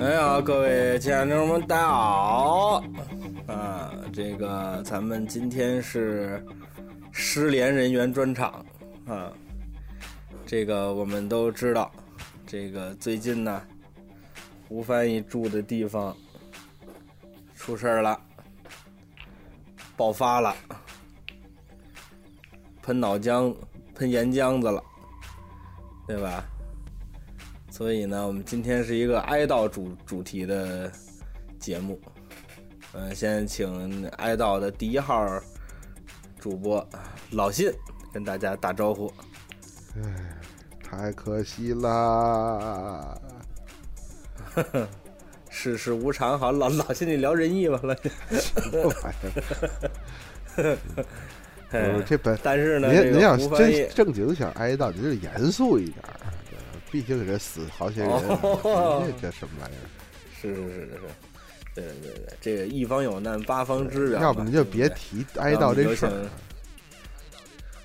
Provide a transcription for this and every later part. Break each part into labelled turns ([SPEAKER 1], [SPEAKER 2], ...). [SPEAKER 1] 哎呀，各位亲爱的听众们，大家好！啊，这个咱们今天是失联人员专场啊。这个我们都知道，这个最近呢，吴翻译住的地方出事儿了，爆发了，喷脑浆、喷盐浆子了，对吧？所以呢，我们今天是一个哀悼主主题的节目。嗯、先请哀悼的第一号主播老信跟大家打招呼。
[SPEAKER 2] 太可惜 啦！
[SPEAKER 1] 世事无常，好老老信你聊仁义吧，老信。
[SPEAKER 2] 这玩意儿我哎这本，
[SPEAKER 1] 但是呢，这
[SPEAKER 2] 您您
[SPEAKER 1] 个
[SPEAKER 2] 要
[SPEAKER 1] 胡翻译
[SPEAKER 2] 真，正经想哀悼，您就严肃一点儿。对毕竟人死好些人，
[SPEAKER 1] 哦
[SPEAKER 2] 这这什么玩意儿？
[SPEAKER 1] 是是是是是，对对对对，这个一方有难，八方支援嘛。
[SPEAKER 2] 要不您就
[SPEAKER 1] 对
[SPEAKER 2] 别
[SPEAKER 1] 对
[SPEAKER 2] 提哀悼这事
[SPEAKER 1] 然后你
[SPEAKER 2] 儿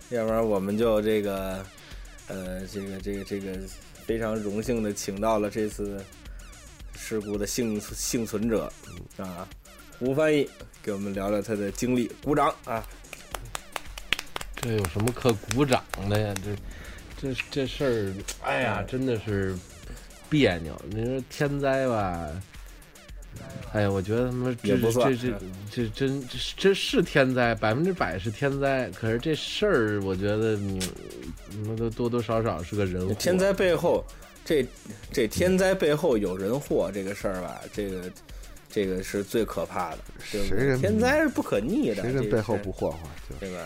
[SPEAKER 1] 就。 要不然我们就这个，呃，这个这个这个非常荣幸的请到了这次事故的幸幸存者
[SPEAKER 2] 嗯
[SPEAKER 1] 啊，胡翻译给我们聊聊他的经历，鼓掌啊！
[SPEAKER 3] 这有什么可鼓掌的呀？这这这事儿，哎呀，真的是别扭。你说天灾吧，哎呀，我觉得他妈
[SPEAKER 1] 也
[SPEAKER 3] 这
[SPEAKER 1] 不算
[SPEAKER 3] 这这这真这这是天灾，百分之百是天灾。可是这事儿，我觉得你们都多多少少是个
[SPEAKER 2] 哎
[SPEAKER 3] 人祸。
[SPEAKER 1] 天灾背后，这这天灾背后有人祸这个事儿吧，这个这个是最可怕的，对不
[SPEAKER 2] 谁
[SPEAKER 1] 对？
[SPEAKER 2] 人
[SPEAKER 1] 天灾是不可逆的，
[SPEAKER 2] 谁
[SPEAKER 1] 这
[SPEAKER 2] 人
[SPEAKER 1] 个
[SPEAKER 2] 背后
[SPEAKER 1] 是
[SPEAKER 2] 不霍霍？就
[SPEAKER 1] 对吧？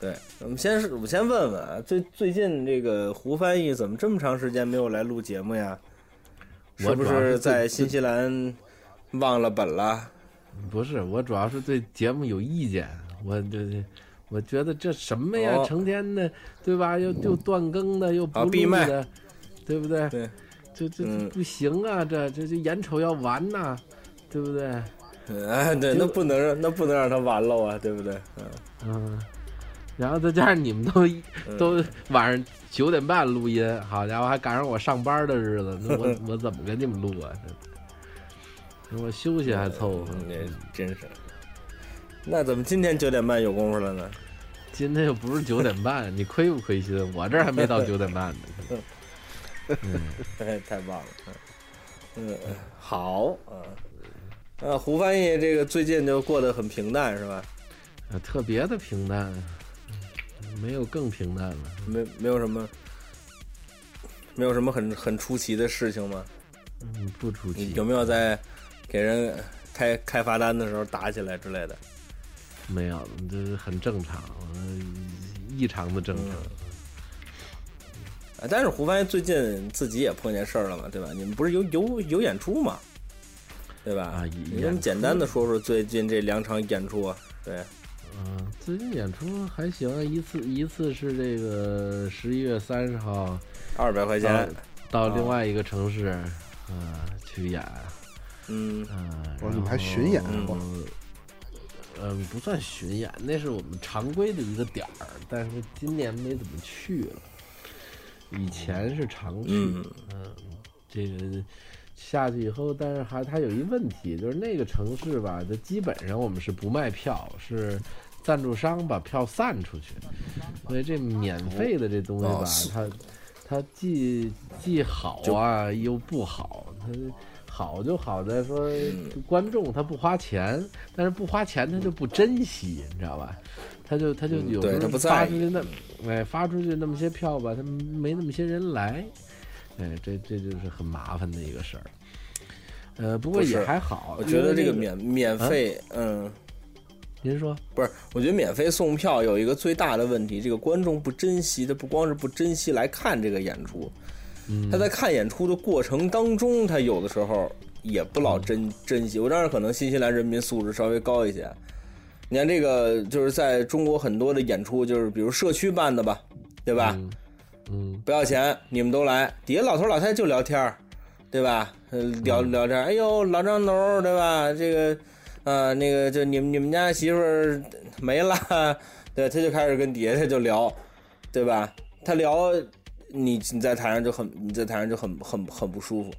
[SPEAKER 1] 对，我们先是，我们先问问啊，最最近这个胡翻译怎么这么长时间没有来录节目呀？
[SPEAKER 3] 我
[SPEAKER 1] 是不
[SPEAKER 3] 主要是最
[SPEAKER 1] 在新西兰忘了本了？
[SPEAKER 3] 不是，我主要是对节目有意见，我这这。我觉得这什么呀，
[SPEAKER 1] 哦
[SPEAKER 3] 成天的，对吧？又又断更的，又不
[SPEAKER 1] 啊闭
[SPEAKER 3] 录
[SPEAKER 1] 麦
[SPEAKER 3] 的，对不对？
[SPEAKER 1] 对，
[SPEAKER 3] 这这
[SPEAKER 1] 嗯
[SPEAKER 3] 这不行啊！这这这眼瞅要完呐、对不对？
[SPEAKER 1] 哎，对，那不能让那不能让他完了啊，对不对？嗯，
[SPEAKER 3] 嗯，然后再加上你们都一
[SPEAKER 1] 嗯
[SPEAKER 3] 都晚上九点半录音，好家伙，还赶上我上班的日子，那 我我怎么跟你们录啊？这我休息还凑合，
[SPEAKER 1] 那真是。嗯那怎么今天九点半有功夫了呢？
[SPEAKER 3] 今天又不是九点半，你亏不亏心？我这儿还 没到九点半呢。
[SPEAKER 1] 嘿哎太棒了，嗯，嗯好，嗯，呃，胡翻译这个最近就过得很平淡是吧？
[SPEAKER 3] 啊特别的平淡，嗯没有更平淡了。
[SPEAKER 1] 没没有什么，没有什么很很出奇的事情吗？
[SPEAKER 3] 嗯，不出
[SPEAKER 1] 你
[SPEAKER 3] 奇
[SPEAKER 1] 有，没有在给人开开罚单的时候打起来之类的？
[SPEAKER 3] 没有，这很正常，嗯异常的正常。
[SPEAKER 1] 啊，但是胡帆最近自己也碰见事儿了嘛，对吧？你们不是有有有演出嘛，对吧？
[SPEAKER 3] 啊
[SPEAKER 1] 你
[SPEAKER 3] 演
[SPEAKER 1] 给我们简单的说说最近这两场演出啊，对，
[SPEAKER 3] 嗯，最近演出还行，啊一次一次是这个十一月三十号
[SPEAKER 1] 二百块钱，
[SPEAKER 3] 到
[SPEAKER 1] 啊
[SPEAKER 3] 另外一个城市，啊、去演，
[SPEAKER 1] 嗯，
[SPEAKER 3] 嗯、
[SPEAKER 2] 我哦
[SPEAKER 3] 然
[SPEAKER 2] 你们还
[SPEAKER 3] 后
[SPEAKER 2] 巡演
[SPEAKER 3] 嗯
[SPEAKER 1] 哦
[SPEAKER 2] 过？
[SPEAKER 3] 嗯，不算巡演，那是我们常规的一个点儿，但是今年没怎么去了。以前是常去，
[SPEAKER 1] 嗯
[SPEAKER 3] 嗯，这个下去以后，但是还它有一问题，就是那个城市吧，就基本上我们是不卖票，是赞助商把票散出去，所以这免费的这东西
[SPEAKER 1] 哦
[SPEAKER 3] 吧，
[SPEAKER 1] 是
[SPEAKER 3] 它它既既好啊又不好，它。好就好在说
[SPEAKER 1] 嗯
[SPEAKER 3] 观众他不花钱，但是不花钱他就不珍惜，你知道吧？他就他就有
[SPEAKER 1] 嗯对
[SPEAKER 3] 时
[SPEAKER 1] 他
[SPEAKER 3] 候
[SPEAKER 1] 不在
[SPEAKER 3] 发
[SPEAKER 1] 意
[SPEAKER 3] 出去那，哎，发出去那么些票吧，他没那么些人来，哎，这这就是很麻烦的一个事儿。呃，不过
[SPEAKER 1] 不是
[SPEAKER 3] 也还好，
[SPEAKER 1] 我觉得
[SPEAKER 3] 因为
[SPEAKER 1] 这
[SPEAKER 3] 那
[SPEAKER 1] 个免免费，嗯。
[SPEAKER 3] 您说
[SPEAKER 1] 不是，我觉得免费送票有一个最大的问题，这个观众不珍惜，他不光是不珍惜来看这个演出，
[SPEAKER 3] 嗯
[SPEAKER 1] 他在看演出的过程当中，他有的时候也不老珍珍惜。我当然可能新西兰人民素质稍微高一些，你看这个就是在中国很多的演出，就是比如社区办的吧，对吧？
[SPEAKER 3] 嗯嗯，
[SPEAKER 1] 不要钱，你们都来。底下老头老太太就聊天儿，对吧？呃
[SPEAKER 3] 嗯
[SPEAKER 1] 聊聊天儿，哎呦，老张头儿，对吧？这个，呃，那个，就你们你们家媳妇儿没了， 对，他就开始跟底下他就聊，对吧？他聊，你你在台上就很你在台上就很很很不舒服。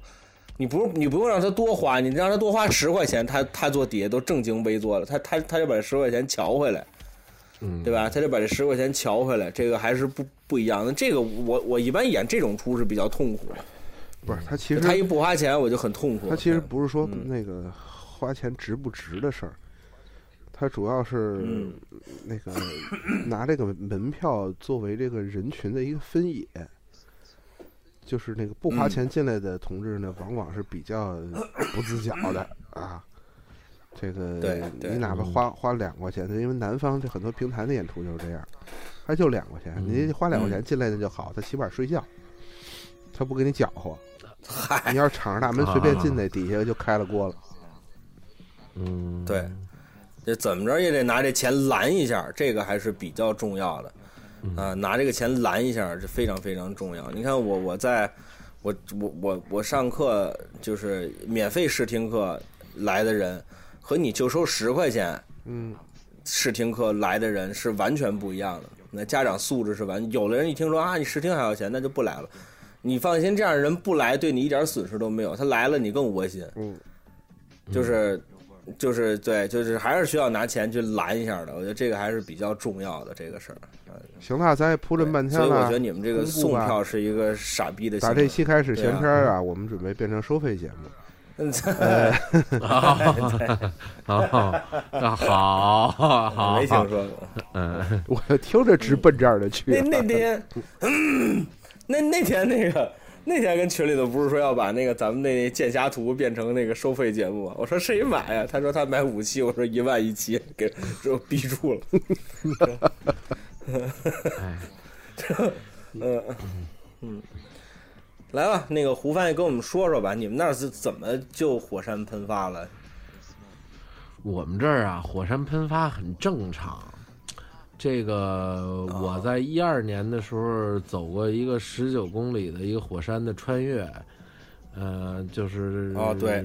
[SPEAKER 1] 你不你不用让他多花，你让他多花十块钱，他他坐底下都正襟危坐了，他他他就把这十块钱瞧回来，
[SPEAKER 3] 嗯
[SPEAKER 1] 对吧？他就把这十块钱瞧回来，这个还是不不一样的。这个我我一般演这种出是比较痛苦的，
[SPEAKER 2] 不是他其
[SPEAKER 1] 他一
[SPEAKER 2] 实
[SPEAKER 1] 不花钱我就很痛苦。
[SPEAKER 2] 他其实不是说
[SPEAKER 1] 嗯
[SPEAKER 2] 那个花钱值不值的事儿，他主要是
[SPEAKER 1] 嗯
[SPEAKER 2] 那个拿这个门票作为这个人群的一个分野。就是那个不花
[SPEAKER 1] 嗯
[SPEAKER 2] 钱进来的同志呢，往往是比较不自觉的啊。这
[SPEAKER 1] 对
[SPEAKER 2] 个
[SPEAKER 1] 对
[SPEAKER 2] 你哪怕
[SPEAKER 3] 嗯
[SPEAKER 2] 花花两块钱，因为南方这很多平台的演出就是这样，他就两块钱，
[SPEAKER 3] 嗯
[SPEAKER 2] 你花两
[SPEAKER 1] 嗯
[SPEAKER 2] 块钱进来的就好，他起码睡觉，他不给你搅和。
[SPEAKER 1] 嗨，
[SPEAKER 2] 你要是敞着大门随便进那底下就开了锅了。
[SPEAKER 3] 嗯，
[SPEAKER 1] 对，这怎么着也得拿这钱拦一下，这个还是比较重要的，啊、拿这个钱拦一下，这非常非常重要。你看我我在，我我我我上课就是免费试听课来的人，和你就收十块钱
[SPEAKER 2] 嗯，
[SPEAKER 1] 试听课来的人是完全不一样的。那家长素质是完，有的人一听说啊你试听还要钱，那就不来了。你放心，这样人不来对你一点损失都没有，他来了你更窝心。
[SPEAKER 2] 嗯，
[SPEAKER 1] 就是就是对，就是还是需要拿钱去拦一下的。我觉得这个还是比较重要的这个事儿。
[SPEAKER 2] 行了，咱也铺这么半天
[SPEAKER 1] 所以我
[SPEAKER 2] 了
[SPEAKER 1] 觉得，你们这个
[SPEAKER 2] 公布
[SPEAKER 1] 送
[SPEAKER 2] 吧
[SPEAKER 1] 票是一个傻逼的行
[SPEAKER 2] 打
[SPEAKER 1] 为。
[SPEAKER 2] 这期开始
[SPEAKER 1] 对啊
[SPEAKER 2] 闲篇儿啊，我们准备变成收费节目。 哎
[SPEAKER 3] 哦，哦，那好，好， 好
[SPEAKER 1] 没听说过。
[SPEAKER 3] 嗯，
[SPEAKER 2] 我听着直奔这儿的去
[SPEAKER 1] 那。那天，嗯那那天那个。那天跟群里头不是说要把那个咱们那剑侠图变成那个收费节目吗？我说谁买啊呀？他说他买五期，我说一万一期，给说逼住了。
[SPEAKER 3] 哎，
[SPEAKER 1] 嗯嗯，来吧，那个胡翻译跟我们说说吧，你们那儿是怎么就火山喷发了？
[SPEAKER 3] 我们这儿啊，火山喷发很正常。这个
[SPEAKER 1] 啊
[SPEAKER 3] 我在一二年的时候走过一个十九公里的一个火山的穿越，呃，就是
[SPEAKER 1] 哦对，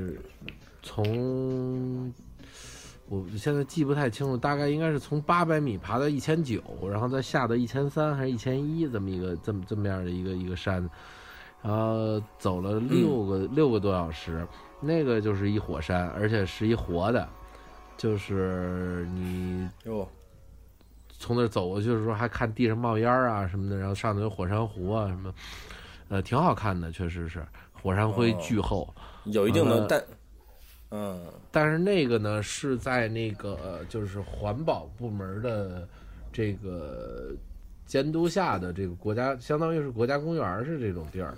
[SPEAKER 3] 从我现在记不太清楚，大概应该是从八百米爬到一千九，然后再下到一千三还是一千一这么一个这么这么样的一个一个山，然后走了六个、六个多小时，那个就是一火山，而且是一活的，就是你
[SPEAKER 1] 哟，
[SPEAKER 3] 从那儿走过去的时候，还看地上冒烟儿啊什么的，然后上头有火山湖啊什么，呃，挺好看的，确实是火山灰
[SPEAKER 1] 哦
[SPEAKER 3] 巨厚。
[SPEAKER 1] 有一定的
[SPEAKER 3] 嗯
[SPEAKER 1] 但，嗯，
[SPEAKER 3] 但是那个呢是在那个呃就是环保部门的这个监督下的这个国家，相当于是国家公园儿是这种地儿，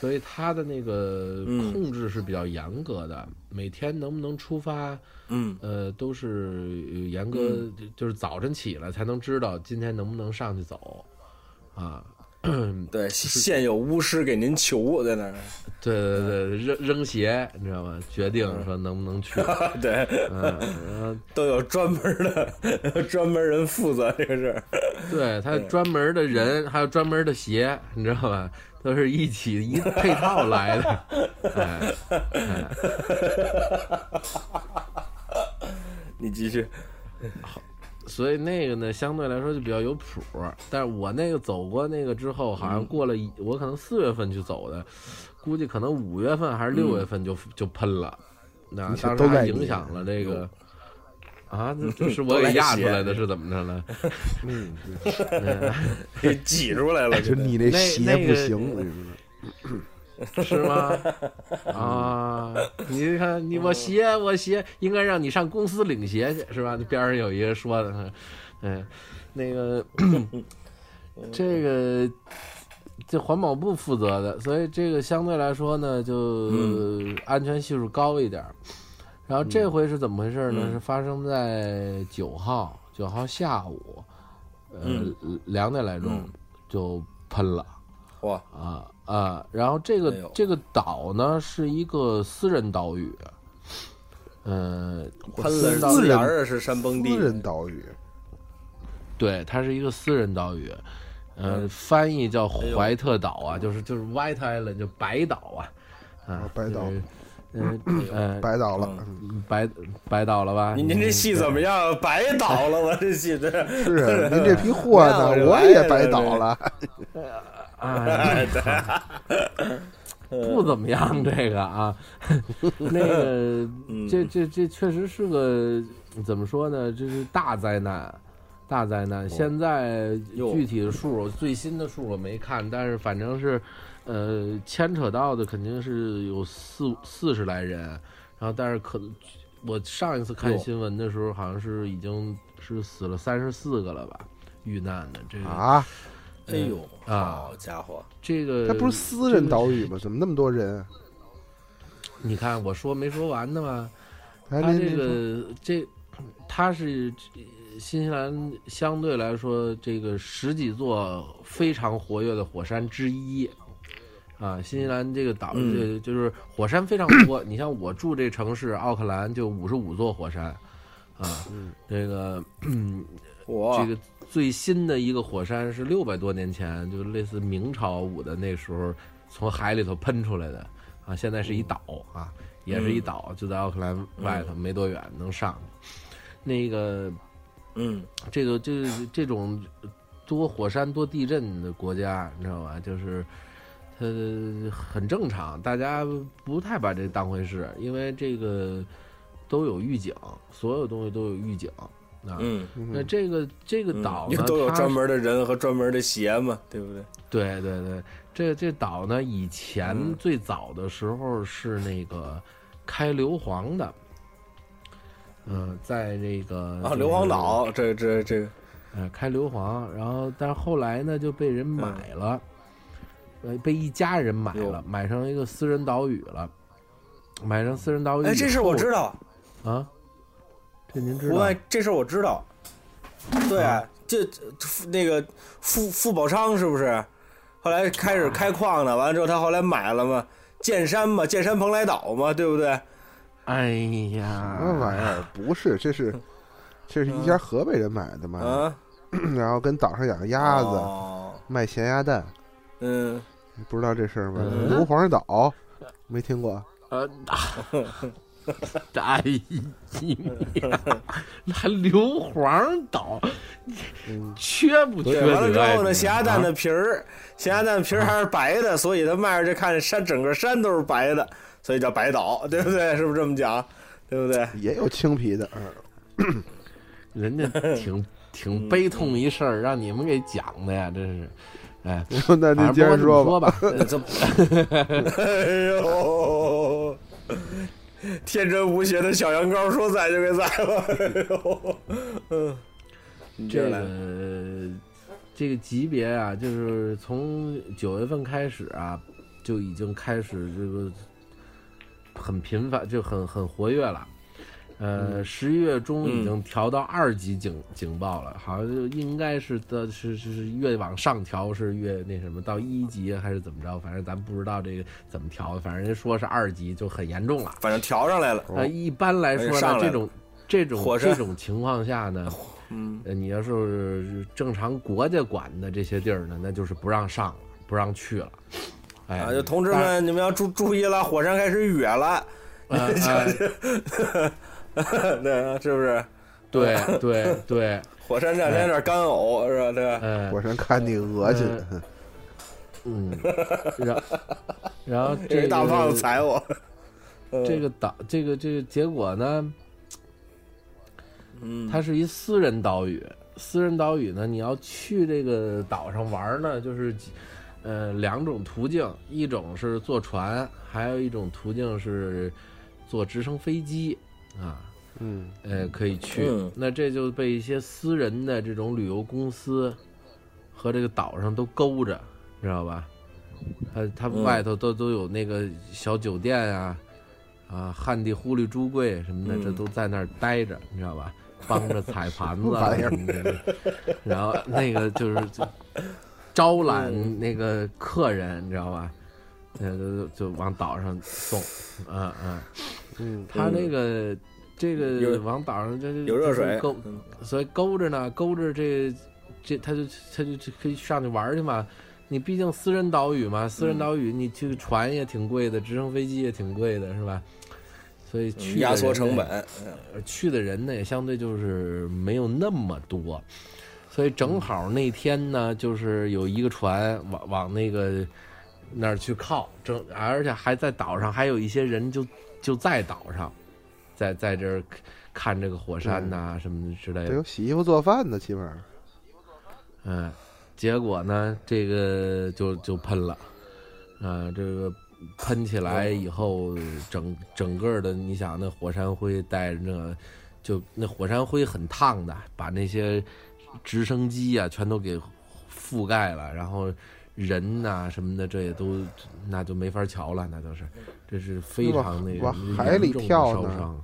[SPEAKER 3] 所以它的那个
[SPEAKER 1] 嗯
[SPEAKER 3] 控制是比较严格的，每天能不能出发，
[SPEAKER 1] 嗯
[SPEAKER 3] 呃，都是有严格，就是早晨起来才能知道今天能不能上去走，啊。
[SPEAKER 1] 对，现有巫师给您求在那儿，
[SPEAKER 3] 对对对，扔扔鞋，你知道吗？决定说能不能去，
[SPEAKER 1] 对，
[SPEAKER 3] 嗯，然后
[SPEAKER 1] 都有专门的专门人负责这个事儿。
[SPEAKER 3] 对他专门的人，还有专门的鞋，你知道吧？都是一起一配套来的。哎，
[SPEAKER 1] 你继续，
[SPEAKER 3] 所以那个呢，相对来说就比较有谱儿。但是我那个走过那个之后，好像过了一，我可能四月份去走的，估计可能五月份还是六月份就、就喷了。那
[SPEAKER 2] 你
[SPEAKER 3] 当时
[SPEAKER 2] 嗯都赖
[SPEAKER 3] 还
[SPEAKER 2] 你
[SPEAKER 3] 影响了这个。啊，这这是我
[SPEAKER 1] 都赖
[SPEAKER 3] 给压出
[SPEAKER 1] 鞋
[SPEAKER 3] 来的，是怎么着呢？
[SPEAKER 2] 嗯，
[SPEAKER 1] 给挤出来
[SPEAKER 3] 哎
[SPEAKER 1] 了，
[SPEAKER 2] 就你那鞋不行，我跟你
[SPEAKER 3] 是吗？啊，你看
[SPEAKER 1] 嗯
[SPEAKER 3] 你我鞋我鞋应该让你上公司领鞋去是吧？那边上有一个说的，嗯，那个
[SPEAKER 1] 嗯
[SPEAKER 3] 这个这环保部负责的，所以这个相对来说呢，就
[SPEAKER 1] 嗯
[SPEAKER 3] 安全系数高一点儿。然后这回是怎么回事呢？
[SPEAKER 1] 嗯
[SPEAKER 3] 是发生在九号九号下午，呃
[SPEAKER 1] 嗯
[SPEAKER 3] 两点来钟
[SPEAKER 1] 嗯
[SPEAKER 3] 就喷了。
[SPEAKER 1] 哇，
[SPEAKER 3] 啊啊，然后这个、
[SPEAKER 1] 哎呦
[SPEAKER 3] 这个岛呢是一个私人岛屿，呃，
[SPEAKER 1] 喷了
[SPEAKER 2] 私
[SPEAKER 1] 自
[SPEAKER 2] 人
[SPEAKER 1] 然儿是山崩
[SPEAKER 2] 说，
[SPEAKER 1] 地
[SPEAKER 2] 私，人岛屿，
[SPEAKER 3] 对，它是一个私人岛屿，呃，
[SPEAKER 1] 嗯
[SPEAKER 3] 翻译叫怀特岛啊，就是就是 White Island，就白岛啊，啊
[SPEAKER 2] 哦，白岛
[SPEAKER 3] 就是，嗯呃，
[SPEAKER 2] 白倒了，
[SPEAKER 1] 嗯
[SPEAKER 3] 白白岛了吧？嗯
[SPEAKER 1] 您您这戏怎么
[SPEAKER 3] 哎
[SPEAKER 1] 样？白倒了，我这戏这
[SPEAKER 2] 是 啊您这批货呢
[SPEAKER 1] 我这，
[SPEAKER 2] 我
[SPEAKER 1] 来
[SPEAKER 2] 也
[SPEAKER 1] 了
[SPEAKER 2] 白
[SPEAKER 1] 这
[SPEAKER 2] 倒了。
[SPEAKER 3] 哎，不怎么样，这个 啊，那个，
[SPEAKER 2] 嗯
[SPEAKER 3] 这这这确实是个怎么说呢？这是大灾难，大灾
[SPEAKER 2] 哦
[SPEAKER 3] 难。现在
[SPEAKER 1] 哟
[SPEAKER 3] 具体的数，最新的数我没看，但是反正是，呃，牵扯到的肯定是有四四十来人，然后但是可我上一次看
[SPEAKER 1] 哟
[SPEAKER 3] 新闻的时候，好像是已经是死了三十四个了吧，遇难的这个
[SPEAKER 2] 啊，
[SPEAKER 1] 哎呦，
[SPEAKER 3] 啊
[SPEAKER 1] 好家伙，
[SPEAKER 3] 这个
[SPEAKER 2] 它不是私人岛屿吗？怎么那么多人？啊
[SPEAKER 3] 你看我说没说完呢吗？
[SPEAKER 2] 哎，
[SPEAKER 3] 它
[SPEAKER 2] 您
[SPEAKER 3] 这
[SPEAKER 2] 您说
[SPEAKER 3] 个这，它是呃新西兰相对来说这个十几座非常活跃的火山之一。啊，新西兰这个岛，
[SPEAKER 1] 嗯
[SPEAKER 3] 这就是火山非常多。你像我住这城市奥克兰，就五十五座火山，啊，这个
[SPEAKER 1] 我
[SPEAKER 3] 这个最新的一个火山是六百多年前，就类似明朝武的那时候从海里头喷出来的啊，现在是一岛啊，也是一岛，就在奥克兰外头没多远能上。那个
[SPEAKER 1] 嗯
[SPEAKER 3] 这个这这种多火山多地震的国家，你知道吧？就是它很正常，大家不太把这当回事，因为这个都有预警，所有东西都有预警啊。
[SPEAKER 1] 嗯，
[SPEAKER 3] 那这个这
[SPEAKER 2] 嗯
[SPEAKER 3] 个岛
[SPEAKER 1] 因
[SPEAKER 3] 呢，
[SPEAKER 1] 为都有
[SPEAKER 3] 它
[SPEAKER 1] 专
[SPEAKER 3] 是
[SPEAKER 1] 门的人和专门的鞋嘛，对不对？
[SPEAKER 3] 对对对，这这岛呢，以
[SPEAKER 1] 嗯
[SPEAKER 3] 前最早的时候是那个开硫磺的，嗯、在那个
[SPEAKER 1] 啊，
[SPEAKER 3] 就是
[SPEAKER 1] 硫磺，岛，这这这个，
[SPEAKER 3] 呃，开硫磺，然后但是后来呢就被人
[SPEAKER 1] 嗯
[SPEAKER 3] 买了，呃，被一家人买了
[SPEAKER 1] 哟，
[SPEAKER 3] 买成一个私人岛屿了，买成私人岛屿以后，
[SPEAKER 1] 哎，这事儿我知道，
[SPEAKER 3] 啊，这您知
[SPEAKER 1] 国
[SPEAKER 3] 道
[SPEAKER 1] 外这事儿我知道，对，啊这这那个付付宝昌是不是？后来开始开矿呢，完了之后他后来买了嘛，剑山嘛，剑山蓬莱岛嘛，对不对？
[SPEAKER 3] 哎
[SPEAKER 2] 什么
[SPEAKER 3] 呀，
[SPEAKER 2] 玩意儿？不是，这是这是一家河北人买的嘛，
[SPEAKER 1] 嗯啊，
[SPEAKER 2] 然后跟岛上养鸭子，
[SPEAKER 1] 哦
[SPEAKER 2] 卖咸鸭蛋，
[SPEAKER 1] 啊嗯，
[SPEAKER 2] 你不知道这事儿吗？
[SPEAKER 3] 嗯
[SPEAKER 2] 硫磺岛没听过，
[SPEAKER 3] 呃，啊哎呀，还硫磺岛，
[SPEAKER 2] 嗯，
[SPEAKER 3] 缺不
[SPEAKER 1] 对，
[SPEAKER 3] 缺德呀？
[SPEAKER 1] 完了之后呢，
[SPEAKER 3] 你
[SPEAKER 1] 咸鸭蛋的皮儿，咸鸭蛋皮儿还是白的，所以它卖出去看山，整个山都是白的，所以叫白岛，对不对？是不是这么讲？对不对？
[SPEAKER 2] 也有青皮的， 嗯
[SPEAKER 3] 啊人家挺挺悲痛一事儿，让你们给讲的呀，真是，哎，
[SPEAKER 2] 那您
[SPEAKER 3] 反正
[SPEAKER 2] 接着
[SPEAKER 3] 不管怎么
[SPEAKER 2] 吧。
[SPEAKER 3] 说吧，
[SPEAKER 1] 这， 哎呦，天真无邪的小羊羔说宰就给宰了，哎呦，嗯，你接
[SPEAKER 3] 这
[SPEAKER 1] 着来，
[SPEAKER 3] 个这个级别啊，就是从九月份开始啊，就已经开始这个很频繁，就很很活跃了。
[SPEAKER 1] 嗯
[SPEAKER 3] 呃，十一月中已经调到二级警、警报了，好像就应该是的是是是越往上调是越那什么，到一级啊还是怎么着？反正咱不知道这个怎么调，反正人家说是二级就很严重了。
[SPEAKER 1] 反正调上来了，
[SPEAKER 3] 呃，一般来说
[SPEAKER 1] 哎上
[SPEAKER 3] 呢
[SPEAKER 1] 来，了
[SPEAKER 3] 这种这种
[SPEAKER 1] 火山
[SPEAKER 3] 这种情况下呢，
[SPEAKER 1] 嗯，
[SPEAKER 3] 呃，你要是正常国家管的这些地儿呢，那就是不让上了，不让去了。哎，
[SPEAKER 1] 啊，就同志们，你们要注注意了，火山开始哕了，
[SPEAKER 3] 但，呃呃
[SPEAKER 1] 对，啊是不是？
[SPEAKER 3] 对对对，
[SPEAKER 1] 火山这两天有点干呕，是吧？对吧？
[SPEAKER 3] 呃，
[SPEAKER 2] 火山看你恶心，嗯
[SPEAKER 3] 嗯，然然后
[SPEAKER 1] 有
[SPEAKER 3] 这
[SPEAKER 1] 一大胖子
[SPEAKER 3] 个
[SPEAKER 1] 踩我，
[SPEAKER 3] 这个岛，这个这个结果呢，
[SPEAKER 1] 嗯，
[SPEAKER 3] 它是一私人岛屿。私人岛屿呢，你要去这个岛上玩儿呢，就是几，呃，两种途径，一种是坐船，还有一种途径是坐直升飞机啊。
[SPEAKER 2] 嗯，
[SPEAKER 3] 呃，可以去。
[SPEAKER 1] 嗯
[SPEAKER 3] 那这就被一些私人的这种旅游公司和这个岛上都勾着，你知道吧？他他
[SPEAKER 1] 嗯
[SPEAKER 3] 外头都、都有那个小酒店啊，啊，旱地忽里朱贵什么的，
[SPEAKER 1] 嗯
[SPEAKER 3] 这都在那儿待着，你知道吧？帮着踩盘子啊
[SPEAKER 2] 玩意儿
[SPEAKER 3] 什么的，然后那个就是就招揽那个客人，你知道吧？呃，就就往岛上送，嗯嗯。他那个这个
[SPEAKER 1] 嗯有
[SPEAKER 3] 往岛上就是
[SPEAKER 1] 有热水嗯
[SPEAKER 3] 勾，所以勾着呢，勾着这这他就他就就可以上去玩去嘛。你毕竟私人岛屿嘛，私
[SPEAKER 1] 嗯
[SPEAKER 3] 人岛屿你这个船也挺贵的，直升飞机也挺贵的，是吧？所以去
[SPEAKER 1] 嗯
[SPEAKER 3] 的
[SPEAKER 1] 压缩
[SPEAKER 3] 人
[SPEAKER 1] 成
[SPEAKER 3] 呢
[SPEAKER 1] 本，
[SPEAKER 3] 呃去的人呢也相对就是没有那么多，所以正好那天呢，就是有一个船往往那个那儿去靠，正而且还在岛上，还有一些人就就在岛上，在在这儿看这个火山呐、什么之类
[SPEAKER 2] 得
[SPEAKER 3] 的
[SPEAKER 2] 有，洗衣服做饭的，起
[SPEAKER 3] 啊
[SPEAKER 2] 码
[SPEAKER 3] 嗯，结果呢，这个就就喷了，啊、这个喷起来以后，整整个的，你想那火山灰带着那个，就那火山灰很烫的，把那些直升机啊全都给覆盖了，然后人呐、什么的，这也都那就没法瞧了，那就是，这是非常那个
[SPEAKER 2] 往
[SPEAKER 3] 严
[SPEAKER 2] 海里
[SPEAKER 3] 重的
[SPEAKER 2] 跳
[SPEAKER 3] 烧
[SPEAKER 2] 呢
[SPEAKER 3] 伤。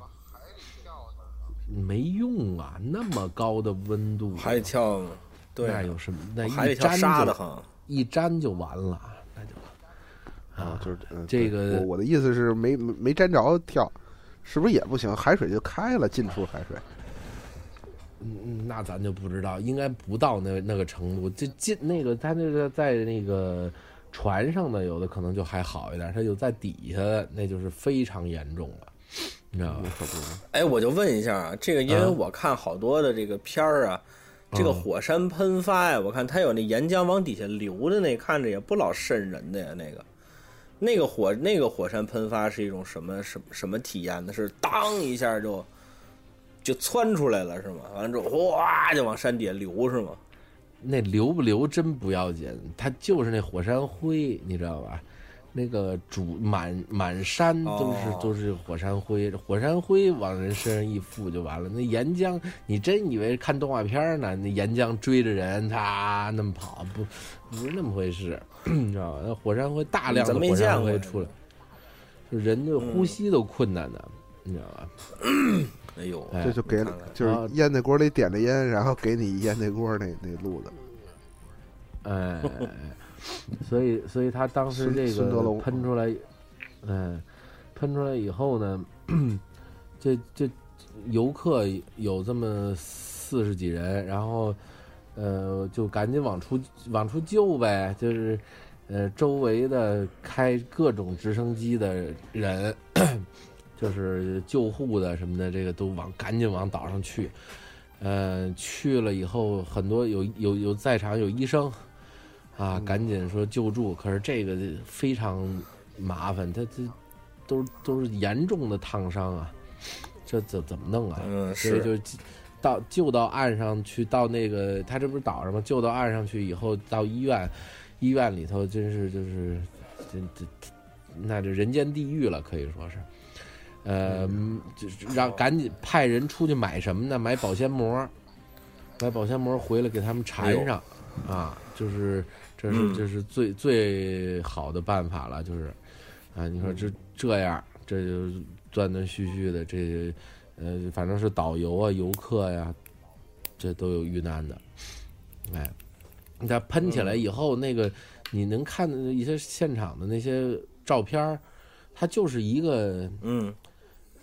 [SPEAKER 3] 没用啊，那么高的温度，啊
[SPEAKER 1] 海里嗯跳，对，啊哦
[SPEAKER 3] 那有什么？那
[SPEAKER 1] 海
[SPEAKER 3] 一
[SPEAKER 1] 里跳
[SPEAKER 3] 粘
[SPEAKER 1] 沙
[SPEAKER 3] 就
[SPEAKER 1] 的很。
[SPEAKER 3] 一粘就完了，那就
[SPEAKER 2] 啊，就是嗯
[SPEAKER 3] 这
[SPEAKER 2] 对
[SPEAKER 3] 个
[SPEAKER 2] 我我的意思是没没没沾着跳，是不是也不行？海水就开了，进出海水，
[SPEAKER 3] 嗯嗯，那咱就不知道，应该不到那那个程度。就进那个他那个在那个船上的有的可能就还好一点，他有在底下那就是非常严重了，你知道吧？
[SPEAKER 2] 可不嘛。
[SPEAKER 1] 哎，我就问一下啊，这个因为
[SPEAKER 3] 嗯
[SPEAKER 1] 我看好多的这个片儿啊，这个
[SPEAKER 3] 嗯
[SPEAKER 1] 火山喷发呀，我看它有那岩浆往底下流的那，看着也不老瘆人的呀。那个，那个火那个火山喷发是一种什么什么什么体验呢？是当一下就就窜出来了是吗？完了之后哗就往山底下流是吗？
[SPEAKER 3] 那留不留真不要紧，它就是那火山灰，你知道吧？那个主满满山都是、
[SPEAKER 1] 哦
[SPEAKER 3] 都是火山灰，火山灰往人身上一附就完了。那岩浆，你真以为看动画片儿呢？那岩浆追着人，他那么跑，不不是那么回事， 你知道吧？那火山灰大量的
[SPEAKER 1] 咱没
[SPEAKER 3] 火山
[SPEAKER 1] 见过
[SPEAKER 3] 灰
[SPEAKER 1] 呀
[SPEAKER 3] 出来，就人的呼吸都困难的，你知道吧？
[SPEAKER 1] 哎呦，
[SPEAKER 3] 哎
[SPEAKER 2] 这就给
[SPEAKER 1] 看看
[SPEAKER 2] 就是烟那锅里点着烟，然后给你烟那锅那那路子，
[SPEAKER 3] 哎，所以所以他当时
[SPEAKER 2] 孙
[SPEAKER 3] 这
[SPEAKER 2] 孙德
[SPEAKER 3] 个
[SPEAKER 2] 龙
[SPEAKER 3] 喷出来，嗯，喷出来以后呢，这这游客有这么四十几人，然后呃就赶紧往出往出救呗，就是呃周围的开各种直升机的人，就是救护的什么的，这个都往赶紧往岛上去。呃，去了以后，很多有有有在场有医生，啊，赶紧说救助。可是这个非常麻烦，他这都都是严重的烫伤啊，这怎怎么弄啊？
[SPEAKER 1] 嗯
[SPEAKER 3] 所以
[SPEAKER 1] 是，
[SPEAKER 3] 就到救到岸上去，到那个他这不是岛上吗？救到岸上去以后，到医院，医院里头真是就是，这这那这人间地狱了，可以说是。呃，
[SPEAKER 1] 嗯
[SPEAKER 3] 就是让赶紧派人出去买什么呢？买保鲜膜，买保鲜膜回来给他们
[SPEAKER 1] 哎
[SPEAKER 3] 缠
[SPEAKER 1] 呦
[SPEAKER 3] 上，啊，就是这
[SPEAKER 1] 嗯
[SPEAKER 3] 是这是最最好的办法了，就是啊，你说这
[SPEAKER 1] 嗯
[SPEAKER 3] 这样，这就断断续续的，这呃，反正是导游啊、游客呀、这都有遇难的。哎，它喷起来以后，那个你能看到一些现场的那些照片儿，它就是一个
[SPEAKER 1] 嗯，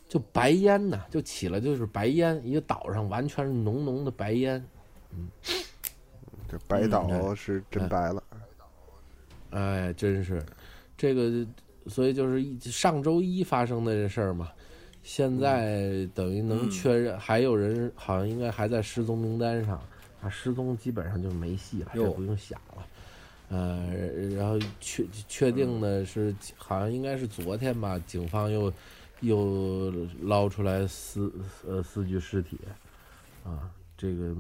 [SPEAKER 3] 就白烟呐、就起来就是白烟，一个岛上完全是浓浓的白烟。
[SPEAKER 2] 这白
[SPEAKER 3] 嗯
[SPEAKER 2] 岛是真白了。
[SPEAKER 3] 哎，真是，这个，所以就是一上周一发生的这事儿嘛，现在等于能
[SPEAKER 1] 嗯
[SPEAKER 3] 确认，还有人好像应该还在失踪名单上啊，失踪基本上就没戏了，这
[SPEAKER 1] 哟
[SPEAKER 3] 不用想了。呃，然后确确
[SPEAKER 1] 嗯
[SPEAKER 3] 定的是，好像应该是昨天吧，警方又又捞出来四呃四具尸体，啊，这个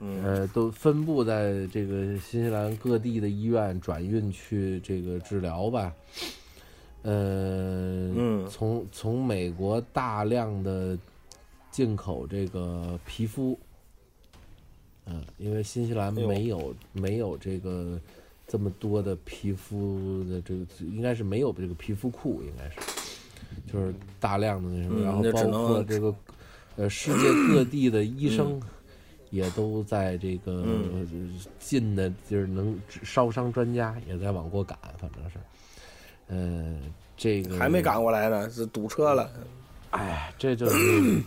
[SPEAKER 3] 呃，都分布在这个新西兰各地的医院转运去这个治疗吧。呃，
[SPEAKER 1] 嗯
[SPEAKER 3] 从从美国大量的进口这个皮肤，嗯、因为新西兰
[SPEAKER 1] 哎呦
[SPEAKER 3] 没有、没有这个这么多的皮肤的这个，应该是没有这个皮肤库，应该是就是大量的那什么，
[SPEAKER 1] 嗯
[SPEAKER 3] 然后
[SPEAKER 1] 那
[SPEAKER 3] 包
[SPEAKER 1] 只
[SPEAKER 3] 括
[SPEAKER 1] 能
[SPEAKER 3] 这个呃世界各地的医生。也都在这个
[SPEAKER 1] 嗯
[SPEAKER 3] 进的，就是能烧伤专家也在往过赶，反正是，嗯、这个
[SPEAKER 1] 还没，赶过来呢，是堵车了。
[SPEAKER 3] 哎，这就是，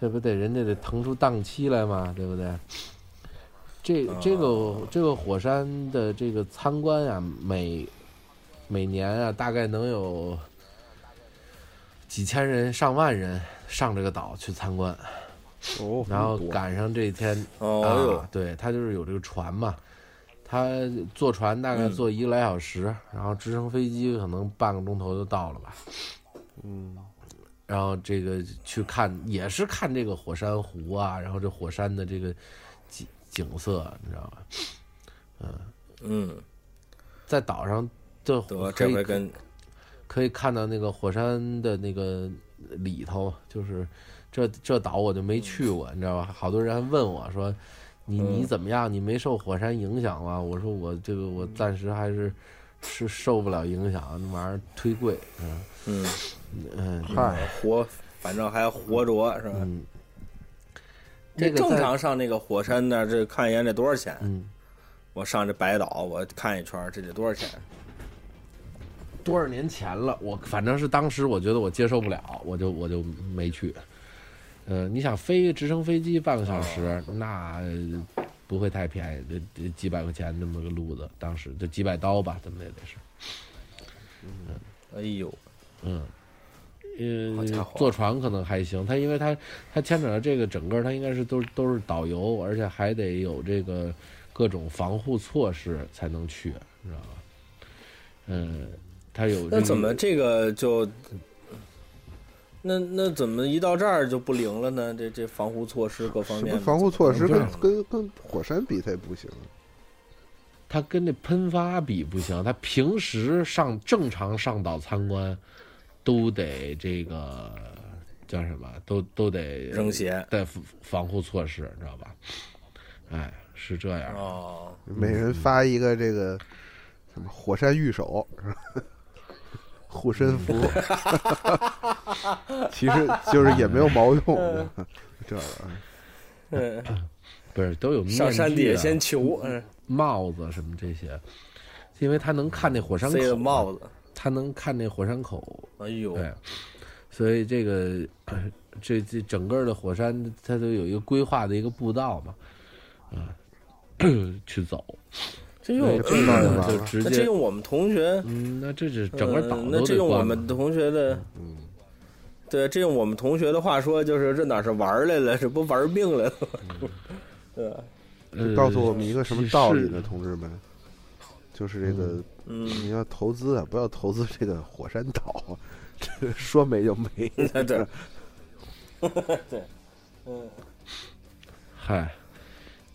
[SPEAKER 3] 这不得人家得腾出档期来嘛，对不对？这这个这个火山的这个参观啊，每每年啊，大概能有几千人、上万人上这个岛去参观，
[SPEAKER 2] 哦，
[SPEAKER 3] 然后赶上这一天，
[SPEAKER 1] 哦哟
[SPEAKER 3] 啊，对他就是有这个船嘛，他坐船大概
[SPEAKER 1] 嗯
[SPEAKER 3] 坐一个来小时，然后直升飞机可能半个钟头就到了吧，
[SPEAKER 2] 嗯，
[SPEAKER 3] 然后这个去看也是看这个火山湖啊，然后这火山的这个景景色，你知道吧？
[SPEAKER 1] 嗯，
[SPEAKER 3] 在岛上就
[SPEAKER 1] 得
[SPEAKER 3] 可
[SPEAKER 1] 这
[SPEAKER 3] 以
[SPEAKER 1] 回跟
[SPEAKER 3] 可以看到那个火山的那个里头，就是这这岛我就没去过，你知道吧？好多人还问我说：“你你怎么样？你没受火山影响吗？”我说：“我这个我暂时还是是受不了影响，那玩意儿忒贵。
[SPEAKER 1] 嗯，”
[SPEAKER 3] 嗯，
[SPEAKER 2] 嗨，
[SPEAKER 1] 啊活，反正还活着是吧？
[SPEAKER 3] 嗯，
[SPEAKER 1] 这
[SPEAKER 3] 这个
[SPEAKER 1] 正
[SPEAKER 3] 在
[SPEAKER 1] 常上那个火山那儿，这看一眼得多少钱？
[SPEAKER 3] 嗯
[SPEAKER 1] 我上这白岛，我看一圈儿，这得多少钱？
[SPEAKER 3] 多少年前了，我反正是当时我觉得我接受不了，我就我就没去。呃，你想飞直升飞机半个小时，那呃不会太便宜，这这几百块钱这么个路子，当时就几百刀吧，怎么也得是。
[SPEAKER 1] 哎呦，
[SPEAKER 3] 嗯呃
[SPEAKER 1] 好家，伙
[SPEAKER 3] 坐船可能还行，他因为他他牵扯到这个整个，他应该是都是都是导游，而且还得有这个各种防护措施才能去，你知道吧？嗯，他有、这个、
[SPEAKER 1] 那怎么这个就？那那怎么一到这儿就不灵了呢？这这防护措施各方
[SPEAKER 2] 什
[SPEAKER 1] 面
[SPEAKER 2] 么
[SPEAKER 1] 的，
[SPEAKER 2] 防护措施
[SPEAKER 1] 怎么
[SPEAKER 2] 跟
[SPEAKER 1] 这样
[SPEAKER 2] 跟跟火山比才不行，
[SPEAKER 3] 他跟那喷发比不行，他平时上正常上岛参观，都得这个叫什么，都都得
[SPEAKER 1] 扔鞋
[SPEAKER 3] 带防防护措施，你知道吧？哎，是这样。
[SPEAKER 1] 哦，
[SPEAKER 2] 每
[SPEAKER 3] 嗯
[SPEAKER 2] 人发一个这个什么火山御手，是吧护身符，
[SPEAKER 3] 嗯
[SPEAKER 2] 其实就是也没有毛用，这个
[SPEAKER 1] 嗯，
[SPEAKER 3] 不是都有面具、啊、
[SPEAKER 1] 上山底下先求，嗯，
[SPEAKER 3] 帽子什么这些，因为他能看那火山口
[SPEAKER 1] 塞了
[SPEAKER 3] 啊，
[SPEAKER 1] 帽子，
[SPEAKER 3] 他能看那火山口，
[SPEAKER 1] 哎呦，
[SPEAKER 3] 对，所以这个呃这这整个的火山，它都有一个规划的一个步道嘛，啊、 去走，
[SPEAKER 1] 这用
[SPEAKER 2] 这步道也
[SPEAKER 3] 那
[SPEAKER 2] 完
[SPEAKER 3] 就
[SPEAKER 2] 了
[SPEAKER 3] 直
[SPEAKER 1] 那这
[SPEAKER 3] 接，
[SPEAKER 1] 用我们同学，
[SPEAKER 3] 嗯，那这是整个岛
[SPEAKER 1] 嗯
[SPEAKER 3] 都
[SPEAKER 1] 那这
[SPEAKER 3] 得
[SPEAKER 1] 用我
[SPEAKER 3] 关了
[SPEAKER 1] 们同学的，嗯，对，这用我们同学的话说，就是这哪是玩儿来了，这不玩儿命来了吗，
[SPEAKER 3] 嗯
[SPEAKER 1] 对吧，
[SPEAKER 3] 呃
[SPEAKER 2] 告诉我们一个什么道理呢，
[SPEAKER 3] 是
[SPEAKER 2] 同志们？就是这个，
[SPEAKER 1] 嗯，
[SPEAKER 2] 你要投资啊，不要投资这个火山岛，这说没就没。
[SPEAKER 3] 嗯
[SPEAKER 1] 对，
[SPEAKER 3] 嗨，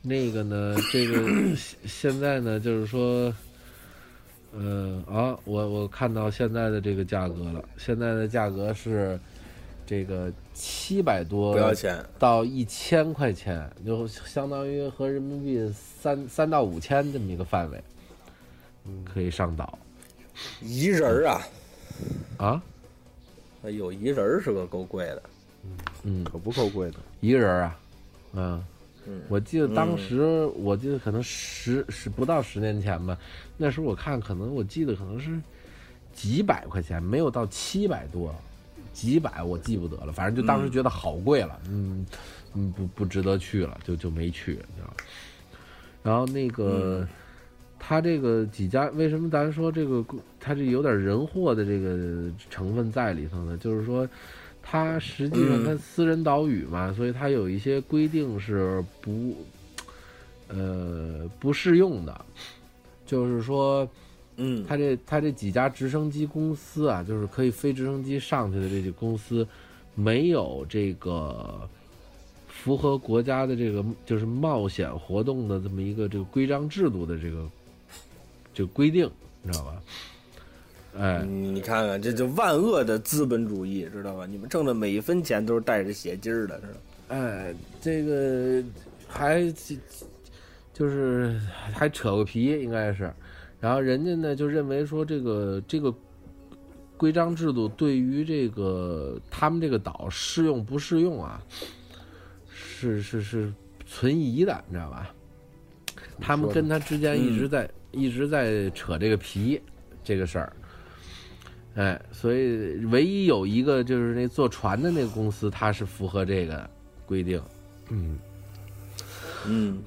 [SPEAKER 3] 那个呢，这个现 现在呢，就是说，呃啊，我我看到现在的这个价格了，现在的价格是这个七百多
[SPEAKER 1] 不要钱，
[SPEAKER 3] 到一千块钱，就相当于合人民币三三到五千这么一个范围，可以上岛
[SPEAKER 1] 一人儿啊，
[SPEAKER 3] 啊，
[SPEAKER 1] 哎呦，一人儿是个够贵的，
[SPEAKER 3] 嗯，
[SPEAKER 2] 可不够 贵的，
[SPEAKER 3] 一个人儿啊，嗯
[SPEAKER 1] 嗯，
[SPEAKER 3] 我记得当时，我记得可能十十不到十年前吧，那时候我看可能我记得可能是几百块钱，没有到七百多，几百我记不得了，反正就当时觉得好贵了，嗯，嗯不不值得去了，就就没去，你知道吗？然后那个。他这个几家为什么咱说这个他这有点人祸的这个成分在里头呢？就是说，它实际
[SPEAKER 1] 嗯
[SPEAKER 3] 上它私人岛屿嘛，所以它有一些规定是不，呃，不适用的。就是说，
[SPEAKER 1] 嗯，
[SPEAKER 3] 它这它这几家直升机公司啊，就是可以飞直升机上去的这些公司，没有这个符合国家的这个就是冒险活动的这么一个这个规章制度的这个这个规定，你知道吧？哎，
[SPEAKER 1] 你你看看，这就万恶的资本主义，知道吧？你们挣的每一分钱都是带着血劲儿的，是吧？
[SPEAKER 3] 哎，这个还就是还扯过皮，应该是。然后人家呢就认为说这个这个规章制度对于这个他们这个岛适用不适用啊，是是是存疑的，你知道吧？他们跟他之间一直在、一直在扯这个皮这个事儿。哎，所以唯一有一个就是那坐船的那个公司，它是符合这个规定，
[SPEAKER 1] 嗯，